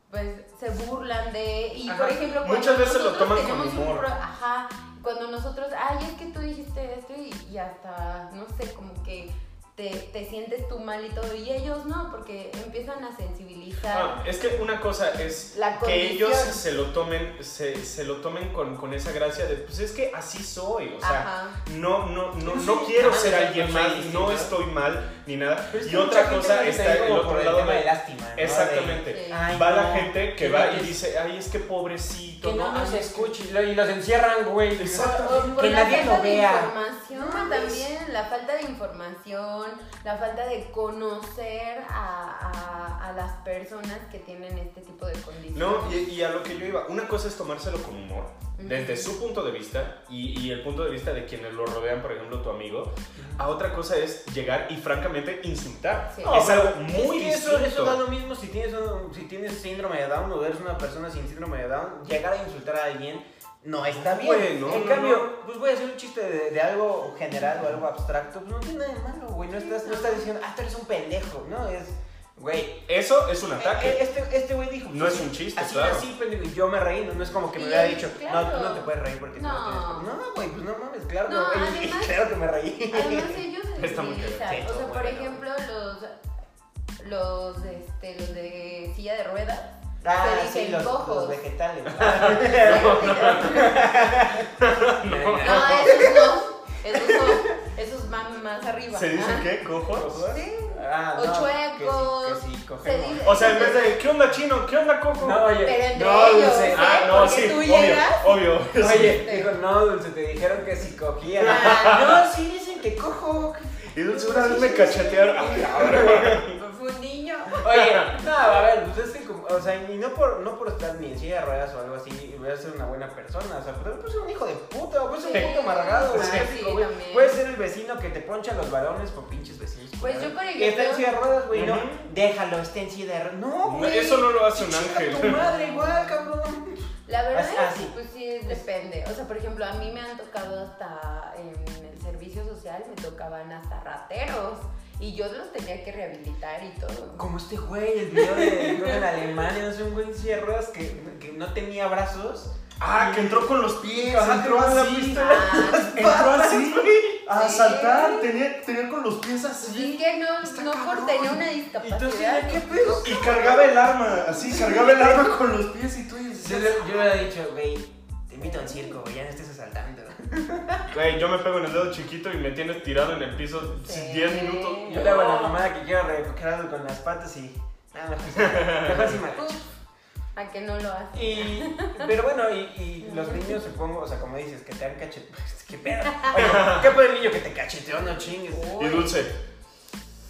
Speaker 3: pues se burlan de y por
Speaker 1: Ajá.
Speaker 3: ejemplo cuando
Speaker 1: Muchas veces lo
Speaker 3: nosotros
Speaker 1: toman con
Speaker 3: tenemos un
Speaker 1: humor.
Speaker 3: pro- ajá, cuando nosotros, ay es que tú dijiste esto y, y hasta no sé como que te, te sientes tú mal y todo y ellos no porque empiezan a sensibilizar
Speaker 1: Ah, es que una cosa es
Speaker 3: La
Speaker 1: que
Speaker 3: condición.
Speaker 1: ellos se lo tomen, se, se lo tomen con, con esa gracia de, pues es que así soy. O sea,
Speaker 3: ajá
Speaker 1: no, no, no,
Speaker 2: Sí,
Speaker 1: no quiero
Speaker 2: claro,
Speaker 1: ser
Speaker 2: o sea,
Speaker 1: alguien
Speaker 2: no soy
Speaker 1: mal, no
Speaker 2: distinto.
Speaker 1: estoy mal ni nada.
Speaker 2: Pero es que
Speaker 1: y otra
Speaker 2: mucha gente
Speaker 1: cosa
Speaker 2: lo dice
Speaker 1: está
Speaker 2: ahí como
Speaker 1: el otro
Speaker 2: por
Speaker 1: lado
Speaker 2: tema
Speaker 1: de-
Speaker 2: de lástima. ¿no? De-
Speaker 1: Exactamente.
Speaker 3: Sí.
Speaker 2: Ay,
Speaker 1: va la
Speaker 2: no,
Speaker 1: gente que
Speaker 2: qué
Speaker 1: va y
Speaker 2: mal es-
Speaker 1: dice, ay, es que pobrecito.
Speaker 2: Que no nos
Speaker 1: Ay,
Speaker 2: escuchen y lo- y los encierran, güey.
Speaker 1: Exacto.
Speaker 3: O por
Speaker 2: Que
Speaker 3: la
Speaker 2: nadie
Speaker 3: falta
Speaker 2: lo
Speaker 3: de
Speaker 2: vea.
Speaker 3: información
Speaker 2: No mames.
Speaker 3: también, la falta de información, la falta de conocer a, a- a las personas que tienen este tipo de condiciones.
Speaker 1: No, y, y a lo que yo iba, una cosa es tomárselo con humor,
Speaker 3: Ujú.
Speaker 1: desde su punto de vista y, y el punto de vista de quienes lo rodean, por ejemplo, tu amigo, a otra cosa es llegar y francamente insultar.
Speaker 3: Sí.
Speaker 2: No,
Speaker 1: es
Speaker 2: pero
Speaker 1: algo muy
Speaker 2: es que eso, eso da
Speaker 1: distinto.
Speaker 2: lo mismo si tienes, un- si tienes síndrome de Down o eres una persona sin síndrome de Down. Llegar a insultar a alguien no está bien.
Speaker 1: Güey, no,
Speaker 2: en
Speaker 1: no,
Speaker 2: cambio, pues voy a hacer un chiste de, de algo general o algo abstracto. Pues no tiene nada de malo, güey. No estás, no estás diciendo, ah, tú eres un pendejo. No, es, güey.
Speaker 1: Eso es un
Speaker 2: eh,
Speaker 1: ataque.
Speaker 2: Este este güey dijo.
Speaker 1: No es un chiste,
Speaker 2: Así,
Speaker 1: claro.
Speaker 2: así, pendejo. Y yo me reí. No, no es como que me
Speaker 3: Sí,
Speaker 2: hubiera dicho, no,
Speaker 3: claro.
Speaker 2: tú no te puedes reír porque tú no
Speaker 3: No.
Speaker 2: tienes. por-". No, güey, pues no mames, claro,
Speaker 3: No,
Speaker 2: que me reí. *laughs*
Speaker 3: además-
Speaker 2: claro que me reí.
Speaker 3: Además ellos se
Speaker 1: Está muy
Speaker 3: utilizan.
Speaker 2: cagado. Sí,
Speaker 3: o sea,
Speaker 2: muy
Speaker 3: por
Speaker 2: cagado.
Speaker 3: ejemplo, los los este los de silla de ruedas.
Speaker 1: *laughs*
Speaker 2: Ah,
Speaker 3: se dicen
Speaker 2: sí, los,
Speaker 3: cojos.
Speaker 2: los vegetales.
Speaker 3: *laughs* No, esos no. Esos no. Esos van más arriba.
Speaker 1: ¿Se dice
Speaker 3: Ah,
Speaker 1: qué?
Speaker 2: Pues
Speaker 1: ¿Cojos?
Speaker 3: sí.
Speaker 2: Ah,
Speaker 3: O
Speaker 2: no,
Speaker 3: chuecos,
Speaker 2: Que sí, que sí,
Speaker 3: Se
Speaker 2: cogemos.
Speaker 3: dice,
Speaker 1: O sea, en vez de, ¿qué onda chino? ¿Qué onda cojo?
Speaker 2: No, oye,
Speaker 3: Pero entre
Speaker 2: no,
Speaker 3: ellos,
Speaker 2: Dulce.
Speaker 3: ¿eh?
Speaker 1: ah, no,
Speaker 3: Porque
Speaker 1: sí,
Speaker 3: tú
Speaker 1: obvio,
Speaker 3: llegas-
Speaker 1: obvio.
Speaker 2: Oye,
Speaker 3: Sí.
Speaker 2: dijo, no, Dulce, te dijeron que si cogía. *laughs*
Speaker 3: Ah.
Speaker 2: no, sí dicen que cojo.
Speaker 1: Y Dulce, una vez me cachetearon. Ay, ahora.
Speaker 3: Fue un niño.
Speaker 2: Oye,
Speaker 1: *laughs*
Speaker 2: no, a ver, pues es que, como- o sea, y no por, no por estar ni en silla de ruedas o algo así, voy a ser una buena persona, o sea, pero puedes ser un hijo de puta, puedes ser un
Speaker 3: Sí.
Speaker 2: puto amargado, güey,
Speaker 3: Sí.
Speaker 2: clásico,
Speaker 3: Sí,
Speaker 2: güey.
Speaker 3: también.
Speaker 2: puedes ser el vecino que te poncha los balones por pinches vecinos.
Speaker 3: Pues
Speaker 2: güey.
Speaker 3: yo, por
Speaker 2: Que está en
Speaker 3: ejemplo-
Speaker 2: silla de ruedas, güey, no,
Speaker 1: Ujú.
Speaker 2: déjalo, está en silla de ruedas, no, güey.
Speaker 1: Eso no lo hace un
Speaker 2: Chinga
Speaker 1: ángel.
Speaker 2: tu madre igual, cabrón.
Speaker 3: La verdad
Speaker 2: Así-
Speaker 3: es que
Speaker 2: así.
Speaker 3: pues sí depende. O sea, por ejemplo, a mí me han tocado hasta en el servicio social, me tocaban hasta rateros y yo los tenía que rehabilitar y todo.
Speaker 2: Como este güey, el video de creo que en Alemania, no sé, un güey en silla de ruedas que, que no tenía brazos.
Speaker 1: Ah, que entró con los pies,
Speaker 2: Ajá,
Speaker 1: entró
Speaker 2: entró
Speaker 1: a la
Speaker 2: así.
Speaker 1: pistola.
Speaker 2: *laughs*
Speaker 3: Ah,
Speaker 1: Entró así a
Speaker 3: Sí.
Speaker 1: saltar, tenía, tenía con los pies así.
Speaker 3: y que no,
Speaker 1: Está
Speaker 3: no
Speaker 1: cabrón.
Speaker 3: por tener una
Speaker 2: Y entonces,
Speaker 3: discapacidad.
Speaker 2: ¿qué pedo?
Speaker 1: Y cargaba el arma, así, cargaba el arma con los pies y tú
Speaker 2: Yo le, yo le había dicho, güey, te invito a un circo, güey, ya no estés asaltando.
Speaker 1: Güey, yo me pego en el dedo chiquito y me tienes tirado en el piso
Speaker 3: Sí.
Speaker 1: 10 minutos.
Speaker 2: Yo le hago la mamada que quiero recoger algo con las patas y. Nada, mejor sí- *laughs* mejor sí me agacho.
Speaker 3: Uf, a que no lo hace.
Speaker 2: Y, pero bueno, y, y los niños supongo, o sea, como dices, que te han cacheteado. *laughs* ¿Qué pedo? Oye, ¿qué puede el niño que te cacheteó? No chingues.
Speaker 1: Y dulce.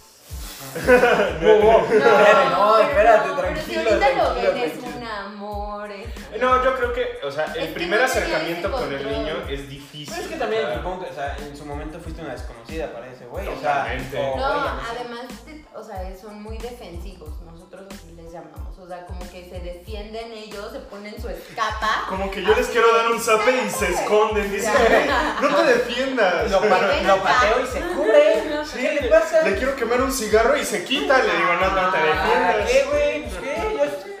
Speaker 2: *laughs* espérate,
Speaker 1: *laughs*
Speaker 2: no,
Speaker 3: pero
Speaker 2: espérate, tranquilo,
Speaker 3: no, Pero si ahorita lo
Speaker 2: tranquilo,
Speaker 3: ven es
Speaker 2: tranquilo.
Speaker 3: un amor. es-
Speaker 1: No, yo creo que, o sea,
Speaker 3: Es
Speaker 1: el
Speaker 3: que
Speaker 1: primer
Speaker 3: no tenía
Speaker 1: acercamiento
Speaker 3: ese
Speaker 1: con el
Speaker 3: control.
Speaker 1: niño es
Speaker 2: Pero
Speaker 1: difícil.
Speaker 2: es que también
Speaker 1: Ah,
Speaker 2: supongo que, o sea, en su momento fuiste una desconocida para ese güey. O sea,
Speaker 1: Totalmente.
Speaker 2: o,
Speaker 3: No,
Speaker 2: oye, no sé.
Speaker 3: además, te- o sea, son muy defensivos, nosotros así les llamamos, o sea, como que se defienden ellos, se ponen su escapa.
Speaker 1: Como que yo les quiero dar un zape y se esconden. Dicen, "Ey, no te defiendas.
Speaker 2: Lo, pa-
Speaker 3: Ven
Speaker 2: lo
Speaker 3: acá.
Speaker 2: pateo y se cubre.
Speaker 1: Sí,
Speaker 2: ¿Qué le pasa?
Speaker 1: Le quiero quemar un cigarro y se quita. Le digo, no, no te
Speaker 2: Ah, ¿Qué,
Speaker 1: defiendas.
Speaker 2: güey? Pues, ¿Qué?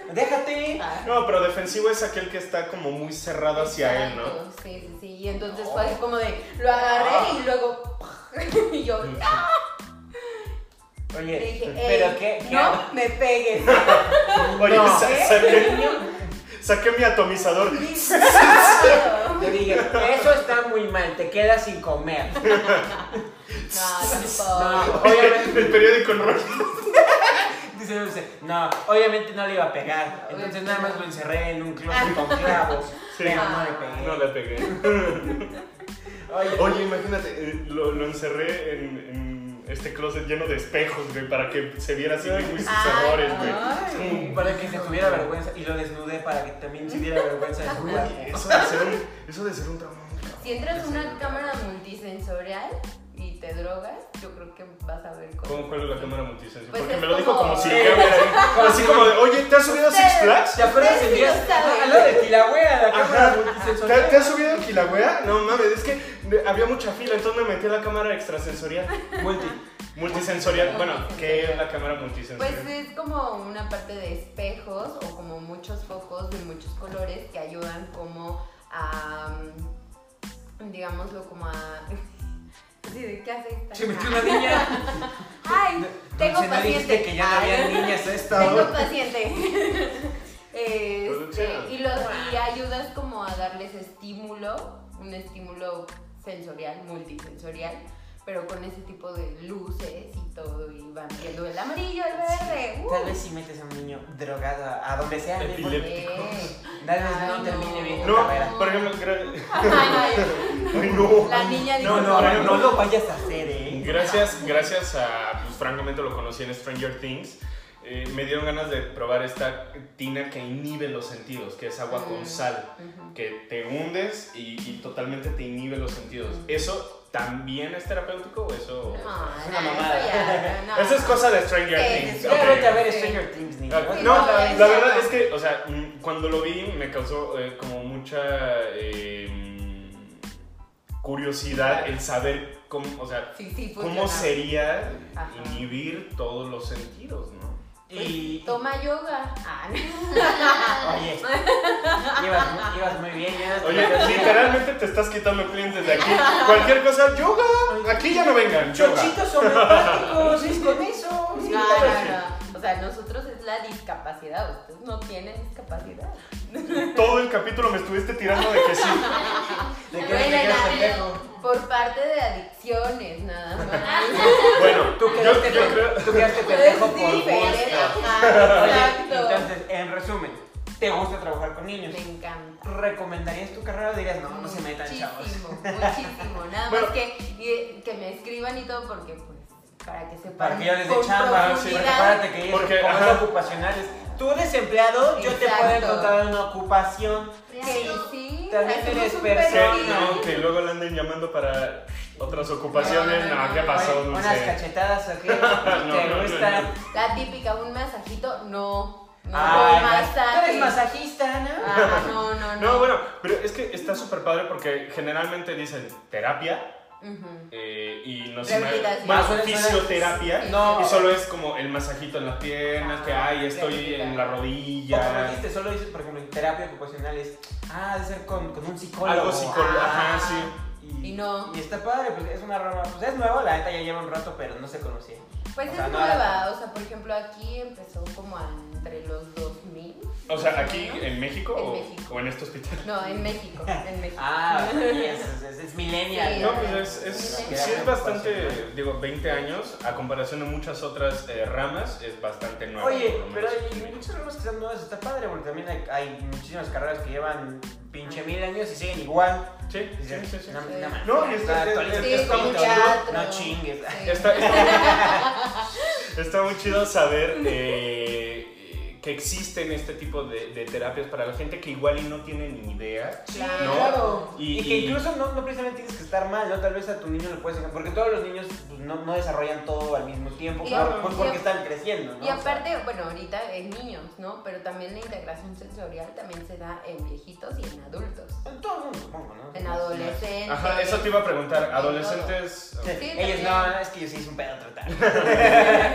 Speaker 2: Yo- Déjate.
Speaker 1: No, pero defensivo es aquel que está como muy cerrado hacia él, ¿no?
Speaker 3: Exacto, Sí, sí, sí. Y entonces fue así como de, lo
Speaker 1: Ah.
Speaker 3: agarré y luego, *laughs* y yo le
Speaker 2: Oye,
Speaker 3: dije, "Ey,
Speaker 2: pero qué, qué
Speaker 3: no me
Speaker 2: *laughs*
Speaker 3: pegues. *laughs*
Speaker 1: Oye,
Speaker 2: No.
Speaker 1: sa- saqué, saqué mi atomizador.
Speaker 2: Yo dije, eso está muy mal, te quedas sin comer. No,
Speaker 3: No, no,
Speaker 2: obviamente.
Speaker 1: El periódico en rojo.
Speaker 2: Dice Dulce, no, obviamente no le iba a pegar. Entonces nada más lo encerré en un closet con clavos.
Speaker 1: Sí.
Speaker 2: Pero no le pegué.
Speaker 1: No le pegué.
Speaker 2: Oye,
Speaker 1: Oye, imagínate, eh, lo, lo encerré en, en este closet lleno de espejos, güey, para que se viera así mismo y sus
Speaker 3: Ay,
Speaker 1: errores, güey.
Speaker 3: ay.
Speaker 1: Es
Speaker 2: para que se tuviera vergüenza. Y lo desnudé para que también se diera vergüenza de su
Speaker 1: como,
Speaker 2: cuerpo.
Speaker 1: oye, eso de ser un, eso de ser un trauma muy cabrón.
Speaker 3: Si entras a una cámara multisensorial y te drogas, yo creo que vas a ver cosas.
Speaker 1: ¿Cómo cuál es la cámara multisensorial?
Speaker 3: Pues
Speaker 1: Porque
Speaker 3: es
Speaker 1: me lo dijo como
Speaker 3: como-
Speaker 1: si yo hubiera ido. Como así como de, oye, ¿te has subido a Six Flags?
Speaker 2: ¿Te acuerdas
Speaker 3: Sí,
Speaker 2: el día?
Speaker 3: sí, lo sabe.
Speaker 2: Ah, lo de Tilagüea, la cámara
Speaker 1: ¿Te,
Speaker 2: multisensorial.
Speaker 1: te has subido a Quilagüea? No mames, es que había mucha fila, entonces me metí a la cámara extrasensorial.
Speaker 2: Multi.
Speaker 1: Multisensorial. Bueno, ¿qué es la cámara multisensorial?
Speaker 3: Pues es como una parte de espejos o como muchos focos de muchos colores que ayudan como a, mm, digámoslo, como a... *laughs* Sí, ¿de ¿Qué hace esta?
Speaker 2: Se metió una niña.
Speaker 3: Ay, tengo
Speaker 2: Dulce, no dijiste
Speaker 3: paciente.
Speaker 2: que ya no había
Speaker 3: Ay.
Speaker 2: niñas ¿eh? a esta hora.
Speaker 3: Tengo paciente. *laughs* Este,
Speaker 1: Producción.
Speaker 3: y, los, y ayudas como a darles estímulo, un estímulo sensorial, multisensorial, pero con ese tipo de luces y todo, y van viendo el amarillo, el verde. ¡Uh!
Speaker 2: Tal vez si metes a un niño drogado a a donde sea, no importa.
Speaker 1: Epilep-
Speaker 2: tal vez
Speaker 3: Ay,
Speaker 2: no
Speaker 3: no.
Speaker 2: termine bien tu
Speaker 1: No,
Speaker 2: carrera.
Speaker 1: por ejemplo, gra-
Speaker 3: *laughs*
Speaker 1: Ay,
Speaker 3: Uh.
Speaker 1: no.
Speaker 3: La niña dijo,
Speaker 2: No, no,
Speaker 1: por
Speaker 2: no,
Speaker 1: ejemplo-
Speaker 2: no lo vayas a hacer, eh.
Speaker 1: Gracias, gracias a, pues francamente lo conocí en Stranger Things, eh, me dieron ganas de probar esta tina que inhibe los sentidos, que es agua con
Speaker 3: Mm.
Speaker 1: sal,
Speaker 3: Ujú.
Speaker 1: que te hundes y, y totalmente te inhibe los sentidos. ¿Eso también es terapéutico o eso...?
Speaker 3: No,
Speaker 2: una
Speaker 3: no,
Speaker 2: mamada.
Speaker 3: Ah, eso ya, no, no.
Speaker 1: Esa es cosa de Stranger
Speaker 3: Sí,
Speaker 1: Things.
Speaker 3: sí,
Speaker 1: ok.
Speaker 2: Ya vete a ver
Speaker 3: Sí.
Speaker 2: Stranger Things, niño.
Speaker 1: Ah,
Speaker 3: Sí,
Speaker 1: No,
Speaker 3: no,
Speaker 1: la,
Speaker 3: es
Speaker 1: la
Speaker 3: cierto.
Speaker 1: verdad es que, o sea, mm, cuando lo vi me causó eh, como mucha eh, mm, curiosidad el saber cómo, o sea,
Speaker 3: Sí, sí,
Speaker 1: ¿Cómo
Speaker 3: funciona.
Speaker 1: sería
Speaker 3: Ajá.
Speaker 1: inhibir todos los sentidos, no?
Speaker 2: Y.
Speaker 3: Toma yoga. Ah, no.
Speaker 2: Oye, ibas, mu- ibas muy bien, ya.
Speaker 1: Oye, literalmente te estás quitando clientes de aquí. Cualquier cosa, yoga. Aquí ya no vengan, yoga.
Speaker 2: Chochitos homeopáticos, es con eso. sí,
Speaker 3: No,
Speaker 2: claro.
Speaker 3: no, no. O sea, nosotros es la discapacidad. Ustedes no tienen discapacidad.
Speaker 1: Todo el capítulo me estuviste tirando de que sí.
Speaker 2: ¿De qué
Speaker 3: Bueno,
Speaker 2: te quedas
Speaker 3: nada,
Speaker 2: pendejo?
Speaker 3: Por parte de adicciones, nada más.
Speaker 2: *laughs*
Speaker 1: Bueno,
Speaker 2: Tú
Speaker 1: yo,
Speaker 2: quedaste,
Speaker 1: yo creo.
Speaker 2: pe- tú quedaste pendejo por
Speaker 3: diferente,
Speaker 2: gusto.
Speaker 3: ajá,
Speaker 2: Oye,
Speaker 3: Exacto.
Speaker 2: entonces, en resumen, ¿te gusta trabajar con niños?
Speaker 3: Me encanta.
Speaker 2: ¿Recomendarías tu carrera o dirías, no, no se metan, chavos?
Speaker 3: Muchísimo,
Speaker 2: *laughs*
Speaker 3: muchísimo. Nada
Speaker 1: Bueno.
Speaker 3: más que, y- que me escriban y todo porque, pues, para que sepan.
Speaker 2: Para que yo les dé
Speaker 3: con
Speaker 2: chamba, sí, porque
Speaker 3: profundidad.
Speaker 2: acuérdate que ellos
Speaker 1: Porque,
Speaker 2: como son
Speaker 1: ajá.
Speaker 2: ocupacionales. Tú desempleado, yo te puedo
Speaker 3: Exacto.
Speaker 2: encontrar una ocupación.
Speaker 3: Que sí,
Speaker 2: También
Speaker 3: hacemos
Speaker 2: eres
Speaker 3: un
Speaker 2: persona.
Speaker 1: Que,
Speaker 3: perfil.
Speaker 1: no, que luego le anden llamando para otras ocupaciones.
Speaker 3: No, no,
Speaker 1: No, ¿qué
Speaker 3: no.
Speaker 1: pasó,
Speaker 2: Oye, Unas
Speaker 1: Dulce? *laughs*
Speaker 2: cachetadas, ¿ok?
Speaker 1: No,
Speaker 2: ¿Te
Speaker 1: no, no,
Speaker 2: gusta?
Speaker 1: no.
Speaker 3: La típica, un masajito, no. No,
Speaker 2: Ay,
Speaker 3: un masaje.
Speaker 2: tú Ah, eres masajista, ¿no?
Speaker 3: Ah, no, no, no.
Speaker 1: No, bueno, pero es que está súper padre porque generalmente dicen terapia
Speaker 3: Ujú.
Speaker 1: eh, y no sé,
Speaker 3: Rehabilitación.
Speaker 1: más
Speaker 2: Suena- suena-
Speaker 1: fisioterapia.
Speaker 2: No.
Speaker 1: Y solo es como el masajito en las piernas, que
Speaker 3: Ah,
Speaker 1: ay, estoy en la
Speaker 2: O como
Speaker 1: rodilla.
Speaker 2: dijiste, solo dices, por ejemplo, en terapia ocupacional es, ah, de ser con, con un psicólogo.
Speaker 1: Algo psicólogo,
Speaker 2: Ah,
Speaker 1: ajá, sí.
Speaker 2: Y,
Speaker 3: Y no.
Speaker 2: y está padre, pues es una rama, pues es nueva, la neta ya lleva un rato, pero no se conocía.
Speaker 3: Pues
Speaker 2: O
Speaker 3: es
Speaker 2: sea, no era
Speaker 3: nueva, o sea, por ejemplo, aquí empezó como a- entre los 2000.
Speaker 1: O
Speaker 3: más
Speaker 1: sea, aquí
Speaker 3: menos.
Speaker 1: en México,
Speaker 3: En
Speaker 1: o,
Speaker 3: México.
Speaker 1: o en este hospital.
Speaker 3: No, en México, en México.
Speaker 2: Ah,
Speaker 3: *laughs*
Speaker 2: es, es, es millennial.
Speaker 3: Sí,
Speaker 1: No, pues es, es-
Speaker 3: Sí.
Speaker 1: sí es bastante, digo, 20 años, a comparación de muchas otras eh, ramas, es bastante nuevo. por
Speaker 2: Oye,
Speaker 1: lo
Speaker 2: pero
Speaker 1: menos.
Speaker 2: hay muchas ramas que están nuevas, está padre, porque también hay, hay muchísimas carreras que llevan pinche mil años y siguen igual.
Speaker 1: Sí,
Speaker 2: Y
Speaker 1: sí,
Speaker 2: dices,
Speaker 1: sí. sí.
Speaker 2: No, no, mames,
Speaker 1: No, y está-
Speaker 2: actualizan
Speaker 1: Sí, está
Speaker 2: tantito,
Speaker 1: muy
Speaker 3: teatro.
Speaker 2: No chingues.
Speaker 3: Sí.
Speaker 1: *laughs* Está, está muy chido saber eh, eh, que existen este tipo de, de terapias para la gente que igual y no tiene ni idea.
Speaker 2: Sí,
Speaker 3: Claro.
Speaker 2: claro.
Speaker 1: Y-
Speaker 2: Y, que
Speaker 1: y-
Speaker 2: incluso no, no precisamente tienes que estar mal, ¿no? Tal vez a tu niño lo puedes engañar, Porque todos los niños pues, no, no desarrollan todo al mismo tiempo,
Speaker 3: Y
Speaker 2: claro,
Speaker 3: a-
Speaker 2: pues
Speaker 3: y
Speaker 2: porque
Speaker 3: a-
Speaker 2: están creciendo, ¿no?
Speaker 3: Y
Speaker 2: O sea,
Speaker 3: aparte, bueno, ahorita en niños, ¿no? Pero también la integración sensorial también se da en viejitos y en adultos.
Speaker 2: en todo el mundo, supongo, ¿no?
Speaker 3: En adolescentes.
Speaker 1: Ajá, eso te iba a preguntar. Adolescentes.
Speaker 2: Sí,
Speaker 3: Sí,
Speaker 2: Ellos no,
Speaker 3: también.
Speaker 2: no, es que yo sí hice un pedo total.
Speaker 1: *laughs*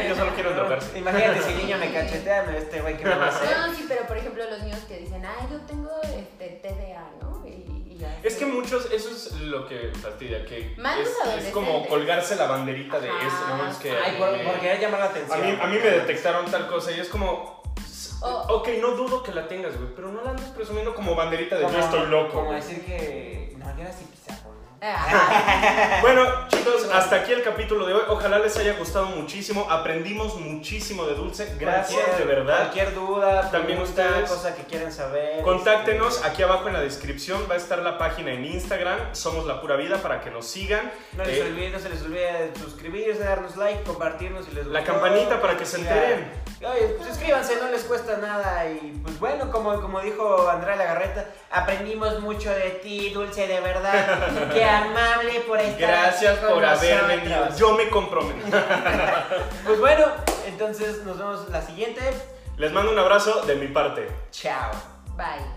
Speaker 1: Yo solo quiero drogarse.
Speaker 2: Imagínate si el niño me cachetea, me este güey que
Speaker 1: *laughs*
Speaker 2: me va a hacer.
Speaker 3: No, sí, pero por ejemplo los niños que dicen, ah, yo tengo este TDA, ¿no? Y, y ya.
Speaker 1: Es que muchos, eso es lo que fastidia, que
Speaker 3: Más los
Speaker 1: es, es como
Speaker 3: adolescentes.
Speaker 1: colgarse la banderita de
Speaker 3: Ajá.
Speaker 1: eso, ¿no? Es que
Speaker 2: Ay, por,
Speaker 1: me-
Speaker 2: por querer llamar la
Speaker 1: a,
Speaker 2: atención.
Speaker 1: mí, a mí me detectaron tal cosa y es como... s-
Speaker 2: Oh.
Speaker 3: O-
Speaker 1: Ok, no dudo que la tengas, güey, pero no la andes presumiendo como banderita de yo
Speaker 2: Como-
Speaker 1: estoy loco.
Speaker 2: Como
Speaker 1: güey.
Speaker 2: decir que. No, yo era así pizarro, ¿no?
Speaker 3: Ah, *laughs*
Speaker 1: Bueno, chicos, hasta aquí el capítulo de hoy. Ojalá les haya gustado muchísimo. Aprendimos muchísimo de Dulce. Gracias, de
Speaker 2: Cualquier-
Speaker 1: verdad.
Speaker 2: Cualquier duda,
Speaker 1: También
Speaker 2: también
Speaker 1: ustedes.
Speaker 2: ustedes. cosa que quieran saber.
Speaker 1: Contáctenos,
Speaker 2: este,
Speaker 1: aquí abajo en la descripción va a estar la página en Instagram, Somos la Pura Vida, para que nos sigan.
Speaker 2: No,
Speaker 1: Eh,
Speaker 2: les olvide, no se les olvide suscribirse, darnos like, compartirnos si les
Speaker 1: La
Speaker 2: gustó,
Speaker 1: campanita para que se
Speaker 2: sigan.
Speaker 1: enteren.
Speaker 2: Oye, pues suscríbanse, no les cuesta nada. Y pues bueno, como, como dijo Andrea Lagarreta, aprendimos mucho de ti, Dulce,
Speaker 1: *laughs*
Speaker 2: de verdad. Qué amable por estar.
Speaker 1: Gracias
Speaker 2: aquí con
Speaker 1: por haber
Speaker 2: nosotros.
Speaker 1: venido. Yo me
Speaker 2: *laughs*
Speaker 1: comprometo.
Speaker 2: Pues bueno, entonces nos vemos la siguiente.
Speaker 1: Les mando un abrazo de mi parte.
Speaker 2: Chao.
Speaker 3: bye.